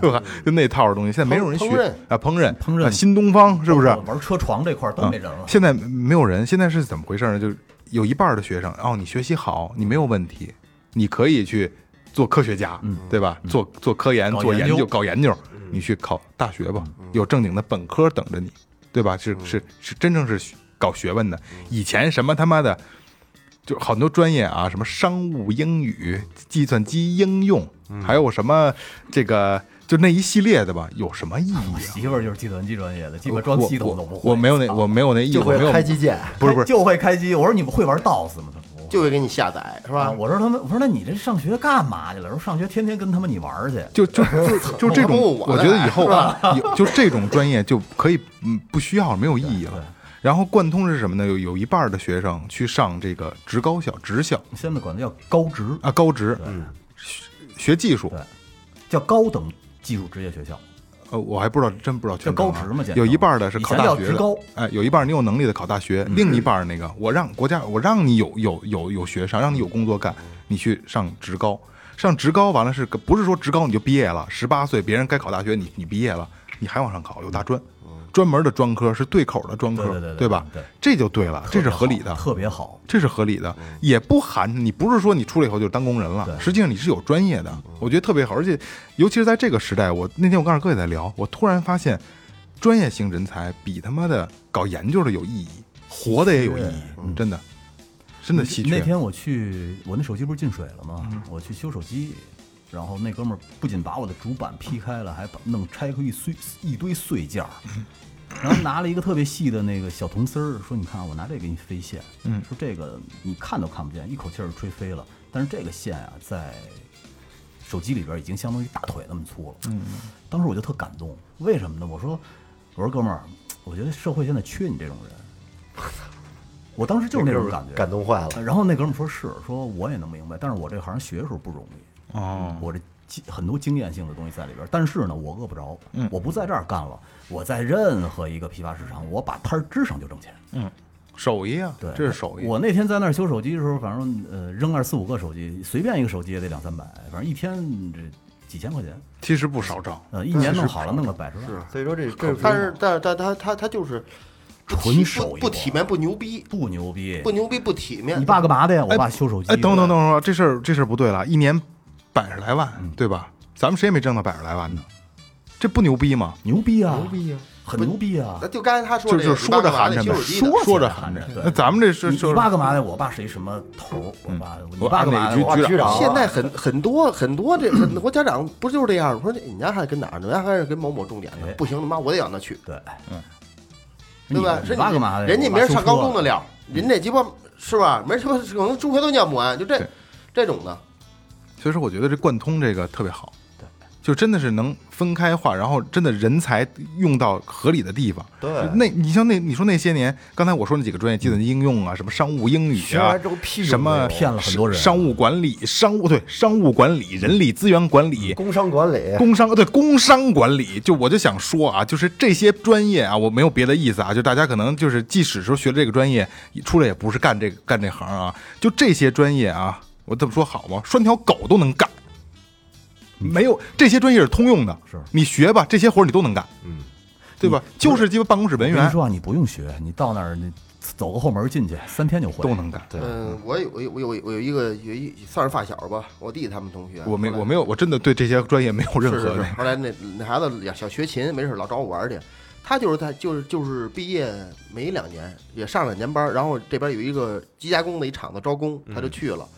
[SPEAKER 1] 对吧？就那套的东西，现在没有人
[SPEAKER 4] 烹
[SPEAKER 1] 学
[SPEAKER 4] 饪
[SPEAKER 1] 啊，烹饪
[SPEAKER 2] 烹饪
[SPEAKER 1] 啊新东方是不是？
[SPEAKER 2] 玩车床这块儿都没人了
[SPEAKER 1] 嗯。？现在没有人，现在是怎么回事呢？就是有一半的学生，哦，你学习好，你没有问题，你可以去做科学家，对吧？做做科研，
[SPEAKER 2] 嗯搞
[SPEAKER 1] 做
[SPEAKER 2] 研
[SPEAKER 1] 研
[SPEAKER 2] 究嗯
[SPEAKER 1] 究，搞研究，你去考大学吧，有正经的本科等着你，对
[SPEAKER 2] 嗯
[SPEAKER 1] 吧？是是是，真正是学搞学问的。以前什么他妈的。就很多专业啊，什么商务英语、计算机应用，
[SPEAKER 2] 嗯
[SPEAKER 1] 还有什么这个，就那一系列的吧，有什么意义
[SPEAKER 2] 我
[SPEAKER 1] 啊？
[SPEAKER 2] 媳妇儿就是计算机专业的，基
[SPEAKER 1] 我
[SPEAKER 2] 本装系统都不
[SPEAKER 1] 我
[SPEAKER 2] 会。
[SPEAKER 1] 我没有那我没有那意思，
[SPEAKER 3] 就
[SPEAKER 1] 我
[SPEAKER 3] 会
[SPEAKER 1] 没有
[SPEAKER 3] 开机键，
[SPEAKER 1] 不是不是，
[SPEAKER 2] 就会开机。我说你们会玩 DOS 吗？他说我
[SPEAKER 4] 就会给你下载，是
[SPEAKER 2] 啊
[SPEAKER 4] 吧？
[SPEAKER 2] 我说他们，我说那你这上学干嘛去了？说上学天天跟他们你玩儿去。
[SPEAKER 1] 就就就 就这种，
[SPEAKER 4] 我
[SPEAKER 1] 我觉得以后啊有就这种专业就可以，嗯，不需要了，没有意义了。然后贯通是什么呢？有有一半的学生去上这个职高校、职校
[SPEAKER 2] 现在管它叫高职，
[SPEAKER 1] 啊、高职，学学技术
[SPEAKER 2] 对。叫高等技术职业学校，
[SPEAKER 1] 呃，我还不知道，真不知道全称啊
[SPEAKER 2] 叫高职嘛简
[SPEAKER 1] 有
[SPEAKER 2] 称
[SPEAKER 1] 一半的是考大
[SPEAKER 2] 以
[SPEAKER 1] 学
[SPEAKER 2] 前叫职
[SPEAKER 1] 的
[SPEAKER 2] 高，嗯
[SPEAKER 1] 哎，有一半你有能力的考大学，另一半那个我让国家我让你有有有有学上，让你有工作干，你去上职高，上职高完了是个不是说职高你就毕业了？十八岁别人该考大学，你你毕业了，你还往上考，有大专，专门的专科是嗯对口的专科，
[SPEAKER 2] 嗯对对对对
[SPEAKER 1] 吧
[SPEAKER 2] 对？
[SPEAKER 1] 这就对了，这是合理的，
[SPEAKER 2] 特别好。
[SPEAKER 1] 这是合理的，
[SPEAKER 2] 嗯
[SPEAKER 1] 也不含你不是说你出来以后就当工人了，实际上你是有专业的，
[SPEAKER 2] 嗯
[SPEAKER 1] 我觉得特别好，而且尤其是在这个时代，我那天我跟二哥也在聊，我突然发现，专业嗯型人才比他妈的搞研究的有意义，活的也有意义，真的。真的稀缺。
[SPEAKER 2] 嗯
[SPEAKER 1] 嗯
[SPEAKER 2] 那天我去，我那手机不是进水了吗？我去修手机，然后那哥们儿不仅把我的主板劈开了，还把弄拆开一碎一堆碎件儿，
[SPEAKER 1] 嗯
[SPEAKER 2] 然后拿了一个特别细的那个小铜丝儿，说你看啊我拿这个给你飞线，嗯，说这个你看都看不见，一口气儿吹飞了，但是这个线啊，在手机里边已经相当于大腿那么粗了，嗯，当时我就特感动，为什么呢？我说，我说哥们儿，我觉得社会现在缺你这种人。我当时就是那种感觉，
[SPEAKER 3] 感动坏了。
[SPEAKER 2] 然后那哥们说是，说我也能明白，但是我这行学的时候不容易，哦，我这经很多经验性的东西在里边儿。但是呢，我饿不着，我不在这儿干了，我在任何一个批发市场，我把摊儿支上就挣钱。
[SPEAKER 1] 手艺啊，
[SPEAKER 2] 对，
[SPEAKER 1] 这是手艺。
[SPEAKER 2] 我那天在那儿修手机的时候，反正呃扔二四五个手机，随便一个手机也得两三百，反正一天这几千块钱，
[SPEAKER 1] 其实不少挣，
[SPEAKER 2] 呃，一年弄好了弄个百十万，
[SPEAKER 3] 所以说这这
[SPEAKER 4] 但是但但他他他就是不
[SPEAKER 2] 纯
[SPEAKER 4] 体
[SPEAKER 2] 手
[SPEAKER 4] 不
[SPEAKER 2] 艺
[SPEAKER 4] 不
[SPEAKER 2] 活
[SPEAKER 4] 体
[SPEAKER 1] 啊
[SPEAKER 4] 面不牛逼，
[SPEAKER 2] 不牛逼
[SPEAKER 4] 不。牛逼不体面。
[SPEAKER 2] 你爸干嘛的呀？我爸修手机。
[SPEAKER 1] 哎，等等等等，这事儿这事儿不对了，一年百十来万，
[SPEAKER 2] 嗯
[SPEAKER 1] 对吧？咱们谁也没挣到百十来万呢，这不牛逼吗？
[SPEAKER 2] 牛逼啊！牛逼啊！很牛逼啊！
[SPEAKER 4] 那就刚才他说
[SPEAKER 1] 就
[SPEAKER 4] 这
[SPEAKER 1] 是就是
[SPEAKER 4] 个，你爸
[SPEAKER 1] 说着
[SPEAKER 4] 干嘛
[SPEAKER 1] 寒
[SPEAKER 4] 的
[SPEAKER 1] 碜呗，
[SPEAKER 4] 修手机的
[SPEAKER 1] 说说着
[SPEAKER 2] 起来
[SPEAKER 1] 寒
[SPEAKER 2] 寒碜
[SPEAKER 1] 碜。
[SPEAKER 2] 对
[SPEAKER 1] 那咱们这是
[SPEAKER 2] 你
[SPEAKER 1] 就
[SPEAKER 2] 你
[SPEAKER 1] 是嗯
[SPEAKER 2] 爸干嘛的？我爸谁什么头儿？我爸，你爸干嘛的？
[SPEAKER 1] 我
[SPEAKER 2] 我
[SPEAKER 1] 按哪局局
[SPEAKER 3] 长
[SPEAKER 4] 现在很很多很多这很多家长不就是这样吗？说这你家孩子跟哪儿呢？我家孩子跟某某重点的
[SPEAKER 2] 哎，
[SPEAKER 4] 不行，他妈我得让他去，
[SPEAKER 2] 对，
[SPEAKER 1] 嗯
[SPEAKER 4] 对吧？
[SPEAKER 2] 你
[SPEAKER 4] 是
[SPEAKER 2] 你爸干嘛的？
[SPEAKER 4] 人家
[SPEAKER 2] 我
[SPEAKER 4] 没
[SPEAKER 2] 爸
[SPEAKER 4] 人
[SPEAKER 2] 修
[SPEAKER 4] 上高
[SPEAKER 2] 车
[SPEAKER 4] 中的料，人家鸡巴是吧？没人他妈可能中学都念不完，就这
[SPEAKER 1] 对
[SPEAKER 4] 这种的，
[SPEAKER 1] 所以说，我觉得这贯通这个特别好，就真的是能分开化，然后真的人才用到合理的地方。
[SPEAKER 3] 对
[SPEAKER 1] 那你像那你说那些年，刚才我说那几个专业，计算机应用啊，什么商务英语
[SPEAKER 3] 学
[SPEAKER 1] 啊
[SPEAKER 3] 完之后，屁用
[SPEAKER 1] 什
[SPEAKER 3] 没
[SPEAKER 1] 么
[SPEAKER 3] 有
[SPEAKER 2] 骗了很多人
[SPEAKER 1] 商务管理、商务对商务管理、人力资源管理。
[SPEAKER 3] 工商管理，
[SPEAKER 1] 工商对工商管理，就我就想说啊，就是这些专业啊，我没有别的意思啊，就大家可能就是即使说学这个专业，出来也不是干这个干这行啊，就这些专业啊，我这么说好吗？拴条狗都能干，没有这些专业是通用的，
[SPEAKER 2] 是
[SPEAKER 1] 你学吧，这些活儿你都能干，
[SPEAKER 3] 嗯，
[SPEAKER 1] 对吧？就是鸡巴办公室文
[SPEAKER 2] 我跟你
[SPEAKER 1] 员
[SPEAKER 2] 说啊，你不用学，你到那儿你走个后门进去，三天就会。
[SPEAKER 1] 都能干。
[SPEAKER 3] 对
[SPEAKER 4] 嗯，我有我有我有我有一个有一算是发小吧，我弟他们同学，
[SPEAKER 1] 我没
[SPEAKER 4] 后来
[SPEAKER 1] 我没有我真的对这些专业没有任
[SPEAKER 4] 是
[SPEAKER 1] 何
[SPEAKER 4] 是
[SPEAKER 1] 的
[SPEAKER 4] 是。后来那那孩子也想学琴，没事老找我玩儿去。他就是他就是就是毕业没两年，也上两年班儿，然后这边有一个机加工的一厂子招工，他就去了。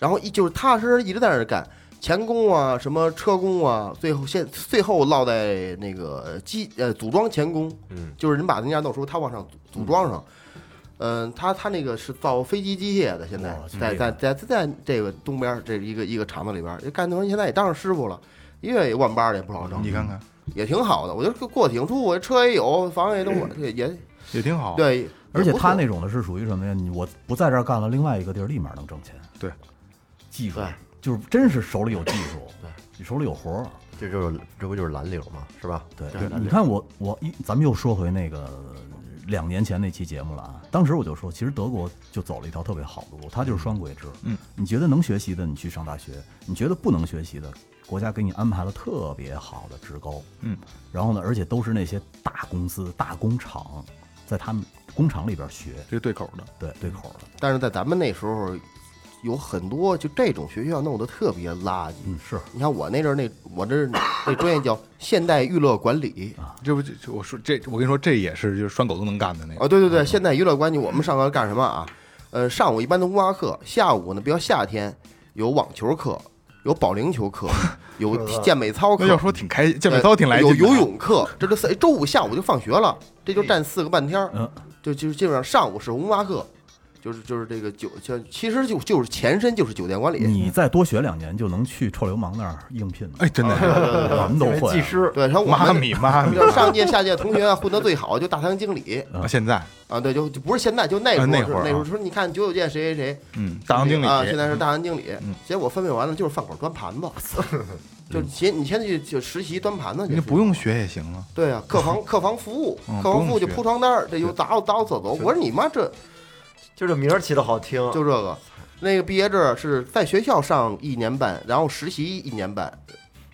[SPEAKER 4] 然后一就是踏踏实实一直在那儿干钳工啊，什么车工啊，最后现最后落在那个机呃组装钳工，
[SPEAKER 3] 嗯，
[SPEAKER 4] 就是人把那家弄熟，他往上组组装上。嗯、他他那个是造飞机机械的，现在
[SPEAKER 2] 哇这
[SPEAKER 4] 在
[SPEAKER 2] 厉害
[SPEAKER 4] 在在在这个东边儿这一个一个厂子里边儿，这干多现在也当上师傅了，一月也万八的也不少挣，
[SPEAKER 2] 嗯
[SPEAKER 1] 你看看
[SPEAKER 4] 也挺好的。我觉得过得挺舒服，我车也有，房也都我也也
[SPEAKER 1] 也挺好，啊
[SPEAKER 4] 对，
[SPEAKER 2] 嗯而且
[SPEAKER 4] 也不错
[SPEAKER 2] 他那种的是属于什么呀？你我不在这儿干了，另外一个地儿立马能挣钱。
[SPEAKER 1] 对，
[SPEAKER 2] 技术
[SPEAKER 4] 对
[SPEAKER 2] 就是真是手里有技术，你手里有活儿。
[SPEAKER 3] 这就是这不就是蓝领嘛，是吧？
[SPEAKER 2] 对
[SPEAKER 4] 对，
[SPEAKER 2] 你看我我一，咱们又说回那个两年前那期节目了啊。当时我就说，其实德国就走了一条特别好的路，它就是双轨制。嗯，你觉得能学习的，你去上大学；你觉得不能学习的，国家给你安排了特别好的职高。嗯，然后呢，而且都是那些大公司、大工厂，在他们工厂里边学，
[SPEAKER 1] 这是对口的。
[SPEAKER 2] 对对口的。
[SPEAKER 4] 但是在咱们那时候，有很多就这种学校弄得特别垃圾。
[SPEAKER 2] 嗯，是
[SPEAKER 4] 你看我那阵儿那我这那专业叫现代娱乐管理
[SPEAKER 2] 啊
[SPEAKER 1] 这不，这这我说这，我跟你说，这也是就是拴狗都能干的那个。
[SPEAKER 4] 啊，对对对，现代娱乐管理我们上课干什么啊？呃，上午一般都文化课，下午呢，比如夏天有网球课，有保龄球课， 有健美操
[SPEAKER 1] 那要
[SPEAKER 4] 课，
[SPEAKER 1] 说挺开心，健美操挺来劲
[SPEAKER 4] 呃有
[SPEAKER 1] 的，啊
[SPEAKER 4] 游泳课，这都四周五下午就放学了，这就占四个半天儿。
[SPEAKER 2] 嗯，
[SPEAKER 4] 就就是基本上上午是文化课，就是就是这个酒，就其实就就是前身就是酒店
[SPEAKER 1] 嗯
[SPEAKER 4] 管 理。
[SPEAKER 2] 你再多学两年，就能去臭流氓那儿应聘了。
[SPEAKER 1] 哎，真的，
[SPEAKER 2] 什么都
[SPEAKER 3] 因为技
[SPEAKER 2] 会啊。
[SPEAKER 3] 师，
[SPEAKER 4] 对，然后我
[SPEAKER 1] 妈
[SPEAKER 4] 们
[SPEAKER 1] 咪妈咪。
[SPEAKER 4] 就是上届下届同学啊混得最好就大堂经理
[SPEAKER 1] 啊现在，
[SPEAKER 4] 啊，对，就就不是现在，就那时
[SPEAKER 1] 啊
[SPEAKER 4] 候
[SPEAKER 1] 那
[SPEAKER 4] 是
[SPEAKER 1] 会儿啊
[SPEAKER 4] 那时候说你看九九届谁谁谁
[SPEAKER 1] 嗯，大堂经理嗯
[SPEAKER 4] 啊，现在是大堂经理，结果分配完了就是饭馆端盘子， 就先你先去就实习端盘子去，
[SPEAKER 1] 你不用学也行啊。
[SPEAKER 4] 对啊，客房客房服务
[SPEAKER 1] 嗯，
[SPEAKER 4] 客房服务
[SPEAKER 1] 不用学
[SPEAKER 4] 就铺床单儿，这就打扫打扫厕所，我说你妈这
[SPEAKER 3] 就这名儿起的好听，
[SPEAKER 4] 就这个。那个毕业证是在学校上一年半，然后实习一年半，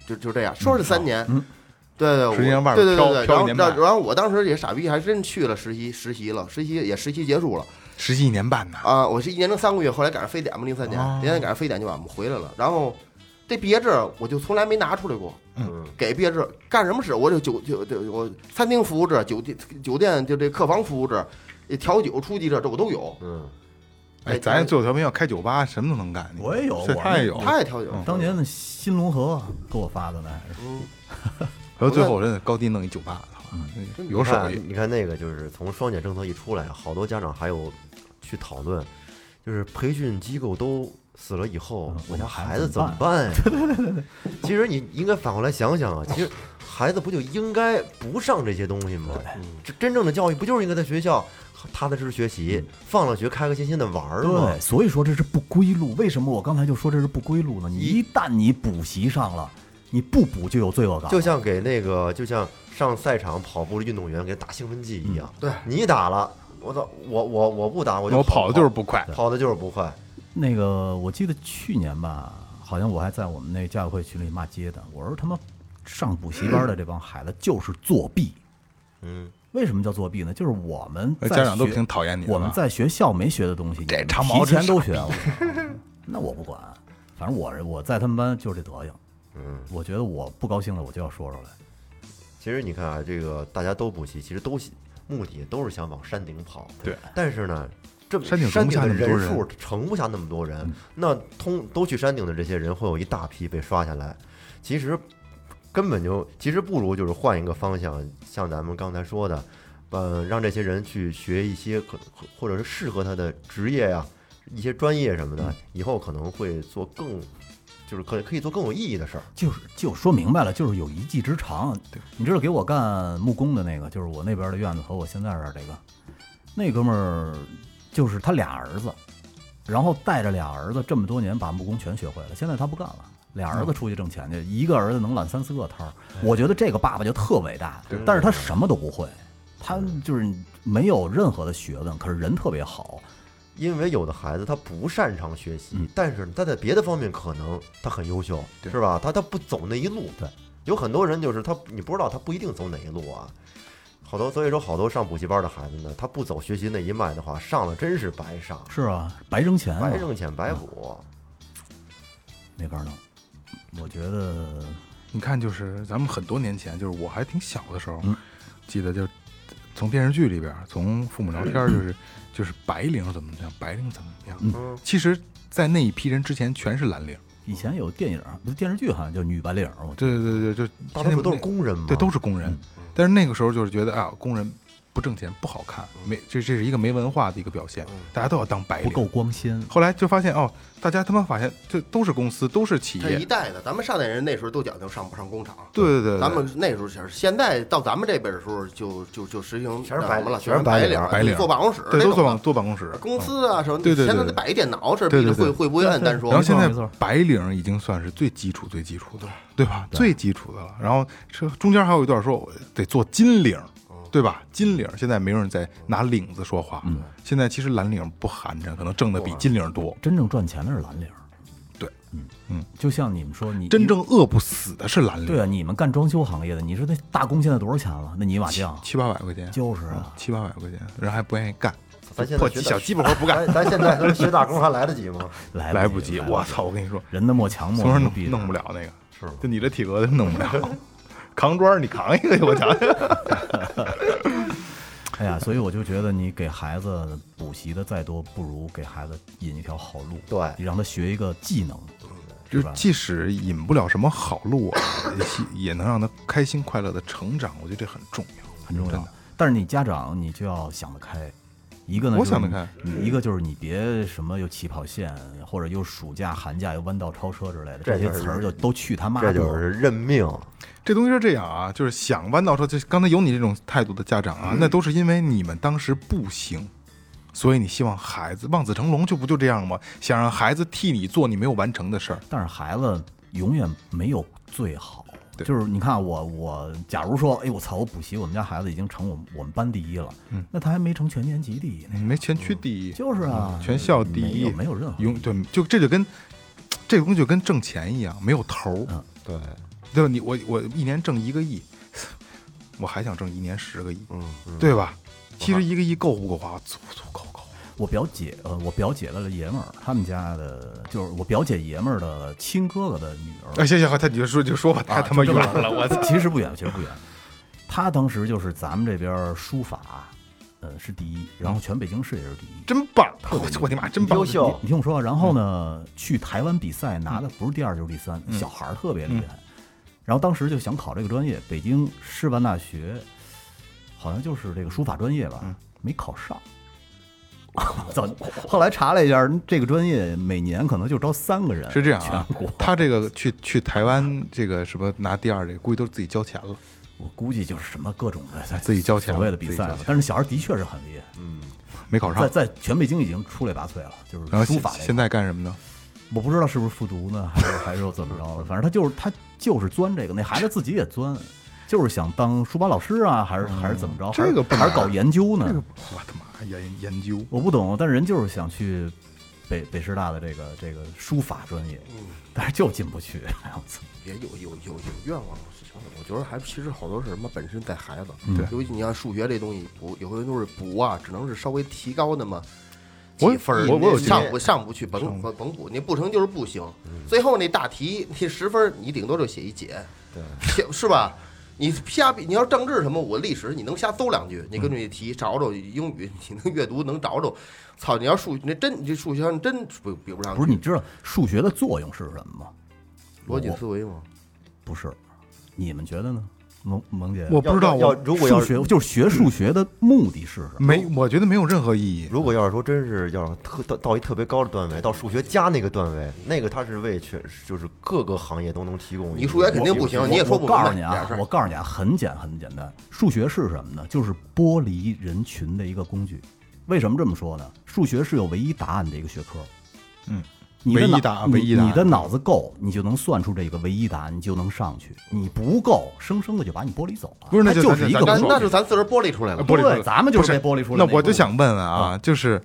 [SPEAKER 4] 就就这样，说是三年，对对，我
[SPEAKER 1] 嗯实际上外
[SPEAKER 4] 对
[SPEAKER 1] 边
[SPEAKER 4] 对
[SPEAKER 1] 飘
[SPEAKER 4] 对对，
[SPEAKER 1] 飘一
[SPEAKER 4] 然后
[SPEAKER 1] 年
[SPEAKER 4] 然
[SPEAKER 1] 半
[SPEAKER 4] 后然后我当时也傻逼，还真去了实习，实习了，实习也实习结束了
[SPEAKER 1] 实习一年半呢，
[SPEAKER 4] 啊，我是一年零三个月，后来赶上非典嘛，零三年，
[SPEAKER 1] 哦
[SPEAKER 4] 零三年赶上非典就把我们回来了，然后这毕业证我就从来没拿出来过，
[SPEAKER 3] 嗯，
[SPEAKER 4] 给毕业证干什么使？我就酒酒酒我餐厅服务
[SPEAKER 1] 哦
[SPEAKER 4] 证、酒店酒店就这客房服务证、调酒初级证这我都有，
[SPEAKER 3] 嗯，
[SPEAKER 1] 哎，咱最后调频要开酒吧，什么都能干。你
[SPEAKER 2] 我也有
[SPEAKER 1] 这
[SPEAKER 2] 我
[SPEAKER 1] 他也有。
[SPEAKER 4] 他也调
[SPEAKER 1] 哦
[SPEAKER 4] 酒，
[SPEAKER 2] 当年的新龙河给我发的呢，还是
[SPEAKER 1] 然后最后我真的高低弄一酒吧，
[SPEAKER 2] 嗯
[SPEAKER 1] 有手艺。
[SPEAKER 3] 你看那个，就是从双减政策一出来，好多家长还有去讨论，就是培训机构都死了以后，嗯我家孩子怎么办呀？对对对对。 其实你应该反过来想想啊，其实孩子不就应该不上这些东西吗？这真正的教育不就是应该在学校踏踏实实学习，放了学开开心心的玩儿吗？
[SPEAKER 2] 对，所以说这是不归路。为什么我刚才就说这是不归路呢？你一旦你补习上了，你不补就有罪恶感了，
[SPEAKER 3] 就像给那个，就像上赛场跑步的运动员给他打兴奋剂一样。
[SPEAKER 4] 对
[SPEAKER 3] 你打了，我操，我我我不嗯打，我就
[SPEAKER 1] 我跑
[SPEAKER 3] 的
[SPEAKER 1] 的就是不快，
[SPEAKER 3] 跑的就是不快。
[SPEAKER 2] 那个我记得去年吧，好像我还在我们那家委会群里骂街的，我说他妈上补习班的这帮孩子就是作弊。
[SPEAKER 3] 嗯，
[SPEAKER 2] 为什么叫作弊呢？就是我们
[SPEAKER 1] 哎
[SPEAKER 2] 在
[SPEAKER 1] 家长都
[SPEAKER 2] 学
[SPEAKER 1] 挺讨厌你的
[SPEAKER 2] 我们
[SPEAKER 1] 吧
[SPEAKER 2] 在学校没学的东西，
[SPEAKER 1] 这
[SPEAKER 2] 你们
[SPEAKER 1] 长毛
[SPEAKER 2] 提前
[SPEAKER 1] 真
[SPEAKER 2] 都
[SPEAKER 1] 傻
[SPEAKER 2] 学了。那我不管，反正我我在他们班就是这德行。嗯，我觉得我不高兴了，我就要说出来。
[SPEAKER 3] 其实你看啊，这个大家都补习，其实都喜目的都是想往山顶跑。
[SPEAKER 1] 对，
[SPEAKER 3] 但是呢，这
[SPEAKER 1] 山顶
[SPEAKER 3] 山
[SPEAKER 1] 容不
[SPEAKER 3] 顶
[SPEAKER 1] 下
[SPEAKER 3] 的
[SPEAKER 1] 那么多人嗯
[SPEAKER 3] 数盛不下那么多人，那通都去山顶的这些人会有一大批被刷下来。其实根本就其实不如就是换一个方向，像咱们刚才说的，呃，让这些人去学一些可或者是适合他的职业呀、一些专业什么
[SPEAKER 1] 嗯
[SPEAKER 3] 的，以后可能会做更。就是可以可以做更有意义的事儿，
[SPEAKER 2] 就是就说明白了，就是有一技之长。对，你知道给我干木工的那个，就是我那边的院子和我现在这儿这个，那哥们儿就是他俩儿子，然后带着俩儿子这么多年把木工全学会了，现在他不干了。俩儿子出去挣钱去，一个儿子能揽三四个摊儿，我觉得这个爸爸就特伟大。但是他什么都不会，他就是没有任何的学问，可是人特别好。
[SPEAKER 3] 因为有的孩子他不擅长学习，
[SPEAKER 1] 嗯
[SPEAKER 3] 但是他在别的方面可能他很优秀，是吧？他他不走那一路，
[SPEAKER 2] 对，
[SPEAKER 3] 有很多人就是他，你不知道他不一定走哪一路啊。好多，所以说好多上补习班的孩子呢，他不走学习那一脉的话，上了真是白上，
[SPEAKER 2] 是啊，白挣
[SPEAKER 1] 哎
[SPEAKER 2] 钱、啊，
[SPEAKER 3] 白挣钱白补。
[SPEAKER 2] 没法弄。我觉得
[SPEAKER 1] 你看，就是咱们很多年前，就是我还挺小的时候，
[SPEAKER 2] 嗯
[SPEAKER 1] 记得就是从电视剧里边，从父母聊天儿，就是就是白领怎么怎么样，白领怎么怎
[SPEAKER 3] 嗯
[SPEAKER 1] 么样。其实，在那一批人之前，全是蓝领。
[SPEAKER 2] 以前有电影，不是电视剧，好像叫《女白领》，我
[SPEAKER 1] 对对对对，就
[SPEAKER 3] 大多数都是工人啊嘛，
[SPEAKER 1] 对，都是工人。但是那个时候就是觉得啊，工人不挣钱不好看，没这这是一个没文化的一个表现，大家都要当白
[SPEAKER 2] 不
[SPEAKER 1] 领。
[SPEAKER 2] 够光鲜。
[SPEAKER 1] 后来就发现哦，大家他妈发现这都是公司，都是企
[SPEAKER 4] 这
[SPEAKER 1] 业
[SPEAKER 4] 一，代的，咱们上代人那时候都讲究上不上工厂。
[SPEAKER 1] 对对对对，
[SPEAKER 4] 咱们那时候全是，现在到咱们这辈儿的时候就，就就实行
[SPEAKER 3] 全是
[SPEAKER 4] 那
[SPEAKER 3] 白
[SPEAKER 4] 什么了，
[SPEAKER 3] 全
[SPEAKER 4] 全
[SPEAKER 3] 是
[SPEAKER 4] 是
[SPEAKER 3] 白领
[SPEAKER 4] 领，
[SPEAKER 1] 白领
[SPEAKER 4] 坐办公室
[SPEAKER 1] 对
[SPEAKER 4] 那
[SPEAKER 1] 都
[SPEAKER 4] 种
[SPEAKER 1] 坐办
[SPEAKER 4] 的
[SPEAKER 1] 坐办公室，
[SPEAKER 4] 公司啊什么，
[SPEAKER 1] 对对对
[SPEAKER 4] 现在得摆一电脑，这
[SPEAKER 1] 对对
[SPEAKER 4] 逼着
[SPEAKER 1] 对
[SPEAKER 4] 会会不会按单说
[SPEAKER 1] 然后？现在
[SPEAKER 2] 没错
[SPEAKER 1] 白领已经算是最基础、最基础的，对吧？最基础的了。然后这中间还有一段说我得做金领，
[SPEAKER 2] 嗯
[SPEAKER 1] 对吧？金领现在没有人在拿领子说话，
[SPEAKER 2] 嗯
[SPEAKER 1] 现在其实蓝领不寒碜，可能挣的比金领多。
[SPEAKER 2] 真正赚钱的是蓝领，
[SPEAKER 1] 对，
[SPEAKER 2] 嗯嗯，就像你们说，你
[SPEAKER 1] 真正饿不死的是蓝
[SPEAKER 2] 对
[SPEAKER 1] 领，
[SPEAKER 2] 啊，你们干装修行业的，你说那大工现在多少钱了？那泥 瓦匠
[SPEAKER 1] 七八百块钱，
[SPEAKER 2] 就是啊，
[SPEAKER 1] 七八百块钱，人还不愿意干，
[SPEAKER 3] 咱现在
[SPEAKER 1] 破
[SPEAKER 3] 学
[SPEAKER 1] 鸡
[SPEAKER 3] 大
[SPEAKER 1] 小鸡巴活不干，
[SPEAKER 3] 咱咱现在都是学打工还来得 及吗？
[SPEAKER 2] 来
[SPEAKER 1] 来
[SPEAKER 2] 不
[SPEAKER 1] 不及。我！操！我跟你说，
[SPEAKER 2] 人的莫强
[SPEAKER 1] 从
[SPEAKER 2] 莫
[SPEAKER 1] 小
[SPEAKER 2] 牛
[SPEAKER 1] 弄
[SPEAKER 2] 逼，
[SPEAKER 1] 弄不。了那个，
[SPEAKER 3] 是吗
[SPEAKER 1] 就你这体格 子弄不了，扛砖儿你扛一个去，我瞧瞧。
[SPEAKER 2] 哎呀，所以我就觉得你给孩子补习的再多，不如给孩子引一条好路，
[SPEAKER 3] 对
[SPEAKER 2] 你让他学一个技能，
[SPEAKER 1] 就是是
[SPEAKER 2] 吧？
[SPEAKER 1] 即使引不了什么好路啊，也希也能让他开心快乐的成长，我觉得这很重要，
[SPEAKER 2] 很重
[SPEAKER 1] 真
[SPEAKER 2] 要
[SPEAKER 1] 的。。
[SPEAKER 2] 但是你家长你就要想得开，一个呢，
[SPEAKER 1] 我
[SPEAKER 2] 就是
[SPEAKER 1] 想得
[SPEAKER 2] 你
[SPEAKER 1] 开嗯
[SPEAKER 2] 你一个就是你别什么又起跑线，或者又暑假、寒假又弯道超车之类的，
[SPEAKER 3] 这
[SPEAKER 2] 这些
[SPEAKER 3] 就是
[SPEAKER 2] 词儿就都去他妈
[SPEAKER 3] 这
[SPEAKER 2] 的。
[SPEAKER 3] 就是认命。
[SPEAKER 1] 这东西是这样啊，就是想弯道超车，就刚才有你这种态度的家长啊，那都是因为你们当时不行，所以你希望孩子望子成龙，就不就这样吗？想让孩子替你做你没有完成的事儿，
[SPEAKER 2] 但是孩子永远没有最好。
[SPEAKER 1] 对
[SPEAKER 2] 就是你看我我，假如说，哎我操，我补习，我们家孩子已经成我们我们班第一了，
[SPEAKER 1] 嗯
[SPEAKER 2] 那他还没成全年级第一呢。
[SPEAKER 1] 你没全区第一，
[SPEAKER 2] 就是啊，
[SPEAKER 1] 全校第
[SPEAKER 2] 没
[SPEAKER 1] 一
[SPEAKER 2] 有，没有任何
[SPEAKER 1] 永对，就这就跟这个东西就跟挣钱一样，没有头儿。
[SPEAKER 3] 对，
[SPEAKER 1] 对吧？你我我一年挣一个亿，我还想挣一年十个亿，嗯，对吧？其实一个亿够不够花？足足够够。
[SPEAKER 2] 我表姐，呃，我表姐的爷们儿，他们家的，就是我表姐爷们儿的亲哥哥的女儿，
[SPEAKER 1] 哎，行行，好他你就啊说就说吧，太他妈远
[SPEAKER 2] 啊
[SPEAKER 1] 了，我操！
[SPEAKER 2] 其实不远，其实不远。他当时就是咱们这边书法，嗯、呃是第一，然后全北京市也是第一，
[SPEAKER 1] 真棒！我我的妈，真嗯棒！
[SPEAKER 3] 优秀
[SPEAKER 2] 你你听我说啊，然后呢，去台湾比赛拿的不是第二就是第三，
[SPEAKER 1] 嗯
[SPEAKER 2] 小孩儿特别厉害。然后当时就想考这个专业，北京师范大学好像就是这个书法专业吧，
[SPEAKER 1] 嗯
[SPEAKER 2] 没考上。 早后来查了一下，这个专业每年可能就招三个人，
[SPEAKER 1] 是这样啊
[SPEAKER 2] 全国。
[SPEAKER 1] 他这个去去台湾这个什么拿第二，这个估计都是自己交钱了。
[SPEAKER 2] 我估计就是什么各种的
[SPEAKER 1] 自己交钱
[SPEAKER 2] 所谓的比
[SPEAKER 1] 自己
[SPEAKER 2] 赛
[SPEAKER 1] 交
[SPEAKER 2] 吧
[SPEAKER 1] 钱，
[SPEAKER 2] 但是小孩的确是很厉害，
[SPEAKER 1] 没考上
[SPEAKER 2] 在。在全北京已经出类拔萃了，就
[SPEAKER 1] 然后
[SPEAKER 2] 是书
[SPEAKER 1] 现
[SPEAKER 2] 法这
[SPEAKER 1] 现
[SPEAKER 2] 个，
[SPEAKER 1] 在干什么呢？
[SPEAKER 2] 我不知道是不是复读呢，还是还是怎么着的，反正他就是他就是钻这个，那孩子自己也钻，就是想当书法老师啊，还是还是怎么着，
[SPEAKER 1] 嗯这
[SPEAKER 2] 还是
[SPEAKER 1] 个不
[SPEAKER 2] 还是
[SPEAKER 1] 难
[SPEAKER 2] 搞研究
[SPEAKER 1] 嗯
[SPEAKER 2] 呢，
[SPEAKER 1] 我他妈研研究，
[SPEAKER 2] 我不懂，但是人就是想去北北师大的这个这个书法专业，
[SPEAKER 1] 嗯
[SPEAKER 2] 但是就进不去，哎呀我操！
[SPEAKER 4] 也有有有有愿望的事情，我觉得还其实好多是什么本身带孩子，
[SPEAKER 2] 嗯对
[SPEAKER 4] 尤其你像数学这东西补，有的都是补啊，只能是稍微提高那么
[SPEAKER 1] 我
[SPEAKER 4] 几分儿，
[SPEAKER 1] 我我有
[SPEAKER 4] 你上不上不去，甭甭甭补，你不成就是不行。最后那大题那十分儿，你顶多就写一解，对， 是吧？你瞎比，你要政治什么，我历史你能瞎搜两句，你根据题找找英语，你能阅读能找找。操，你要数那真你这数学上真比比不上
[SPEAKER 1] 啊
[SPEAKER 4] 去，
[SPEAKER 2] 不是你知道数学的作用是什么吗？
[SPEAKER 4] 逻辑思维吗？
[SPEAKER 2] 不是，你们觉得呢？萌萌姐，
[SPEAKER 1] 我不知道，
[SPEAKER 3] 要要
[SPEAKER 1] 我
[SPEAKER 3] 如果要
[SPEAKER 2] 数学就是学数学的目的是什么？
[SPEAKER 1] 没，我觉得没有任何意义。
[SPEAKER 3] 如果要是说真是要是特到到一特别高的段位，到数学家那个段位，那个它是为全就是各个行业都能提供一个。
[SPEAKER 4] 你数学肯定不行你也说
[SPEAKER 2] 我
[SPEAKER 4] 不
[SPEAKER 2] 我
[SPEAKER 4] 明白
[SPEAKER 2] 告诉你
[SPEAKER 4] 这点
[SPEAKER 2] 啊
[SPEAKER 4] 事儿，
[SPEAKER 2] 我告诉你啊，很简很简单，数学是什么呢？就是剥离人群的一个工具。为什么这么说呢？数学是有唯一答案的一个学科。
[SPEAKER 1] 嗯，
[SPEAKER 2] 你的
[SPEAKER 1] 唯一
[SPEAKER 2] 脑
[SPEAKER 1] 答案
[SPEAKER 2] 你
[SPEAKER 1] 唯一答案
[SPEAKER 2] 你的脑子够，你就能算出这个唯一答案，你就能上去。你不够，生生的就把你剥离走了。
[SPEAKER 1] 不是那
[SPEAKER 2] 它
[SPEAKER 1] 就
[SPEAKER 2] 就
[SPEAKER 1] 咱
[SPEAKER 2] 是一个
[SPEAKER 1] 咱
[SPEAKER 4] 那
[SPEAKER 1] 咱
[SPEAKER 2] 工具
[SPEAKER 4] 那就咱自个儿剥离出来了。
[SPEAKER 1] 不是
[SPEAKER 2] 对，咱们就是
[SPEAKER 1] 不是
[SPEAKER 2] 被剥离出来。
[SPEAKER 1] 那我就，想问问啊，就是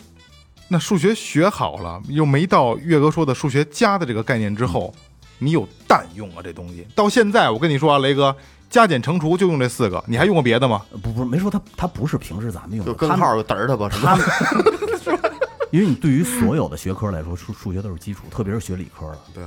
[SPEAKER 1] 那数学学好了，又没到岳哥说的数学家的这个概念之后，你有蛋用啊？这东西到现在，我跟你说啊，雷哥，加减乘除就用这四个，你还用过别的吗？
[SPEAKER 2] 不不是没说它，它不是平时咱们用的，
[SPEAKER 4] 就跟
[SPEAKER 2] 它
[SPEAKER 4] 号就嘚儿他吧，是吧？
[SPEAKER 2] 因为你对于所有的学科来说，数数学都是基础，特别是学理科的，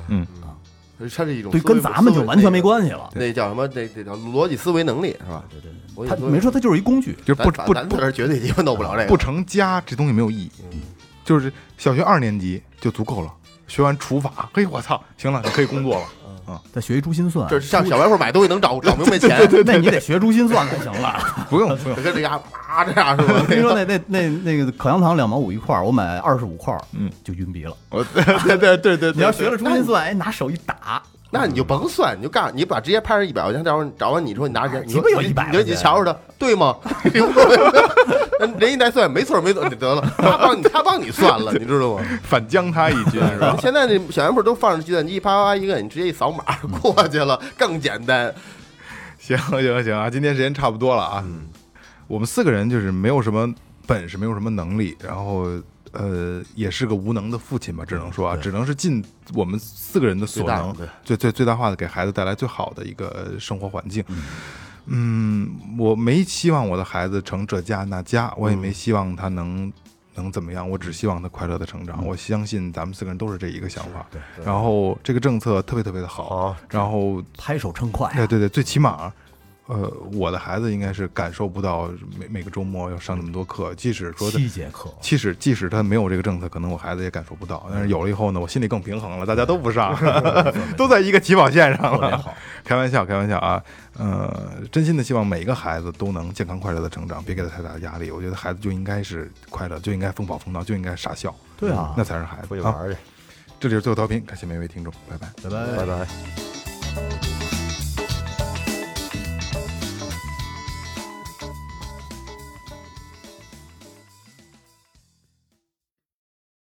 [SPEAKER 4] 它是一种
[SPEAKER 2] 对，
[SPEAKER 4] 思维
[SPEAKER 2] 跟咱们就完全没。关系了。
[SPEAKER 4] 思维那叫什么？那那叫逻辑思维能力是吧？对对对
[SPEAKER 2] 他没，说，它就是一工具。
[SPEAKER 1] 就是不
[SPEAKER 4] 咱
[SPEAKER 1] 不
[SPEAKER 4] 咱
[SPEAKER 1] 不
[SPEAKER 4] 这绝对鸡巴弄不了这个。
[SPEAKER 1] 不成家，这东西没有意义。
[SPEAKER 4] 嗯
[SPEAKER 1] 就是小学二年级就足够了，学完除法，嘿，我操，行了，你可以工作了。嗯
[SPEAKER 2] 再学一珠心算，
[SPEAKER 4] 这上小卖部买东西能找找明白钱，
[SPEAKER 2] 那你得学珠心算才行 了。
[SPEAKER 1] 不用不用，
[SPEAKER 4] 跟这家啪这样 是吧？
[SPEAKER 2] 你说那那那那个口香糖两毛五一块儿，我买二十五块，嗯，就晕鼻了。
[SPEAKER 1] 我对对对对，
[SPEAKER 2] 你要学了珠心算，哎，拿手一打，
[SPEAKER 4] 那你就甭算，你就干，你把直接拍上一百块钱，到时候找完你说你拿钱，你说
[SPEAKER 2] 鸡巴有100
[SPEAKER 4] 你说你瞧瞧他，对吗？ 人一再算，没错没错，你得了，他帮你他帮你算了，你知道吗？
[SPEAKER 1] 反将他一军是吧？
[SPEAKER 4] 现在这小卖部都放着计算机，啪啪一个，你直接一扫码过去了，更简单。
[SPEAKER 1] 行行行啊，今天时间差不多了啊。我们四个人就是没有什么本事，没有什么能力，然后呃，也是个无能的父亲吧，只能说啊，只能是尽我们四个人的所能
[SPEAKER 4] 最大对，
[SPEAKER 1] 最最最大化的给孩子带来最好的一个呃生活环境。嗯，我没希望我的孩子成这家那家，我也没希望他能。能怎么样？我只希望他快乐的成长。我相信咱们四个人都是这一个想法。然后这个政策特别特别的好
[SPEAKER 3] 好，
[SPEAKER 1] 然后
[SPEAKER 2] 拍手称快啊。
[SPEAKER 1] 哎对对对，最起码，呃，我的孩子应该是感受不到每每个周末要上那么多课，即使说他
[SPEAKER 2] 七节课，
[SPEAKER 1] 即使即使他没有这个政策，可能我孩子也感受不到。但是有了以后呢，我心里更平衡了，大家都不 上， 都在一个起跑线上
[SPEAKER 2] 特别
[SPEAKER 1] 了
[SPEAKER 2] 好。
[SPEAKER 1] 开玩笑，开玩笑啊，呃，真心的希望每一个孩子都能健康快乐的成长，别给他太大的压力。我觉得孩子就应该是快乐，就应该疯跑疯闹，就应该傻笑，
[SPEAKER 2] 对啊
[SPEAKER 1] 那才是孩
[SPEAKER 3] 出
[SPEAKER 1] 子
[SPEAKER 3] 去玩
[SPEAKER 1] 啊！
[SPEAKER 3] 儿去，
[SPEAKER 1] 这里是最后调频，感谢每位听众，拜拜。
[SPEAKER 2] 拜拜。
[SPEAKER 3] 拜拜。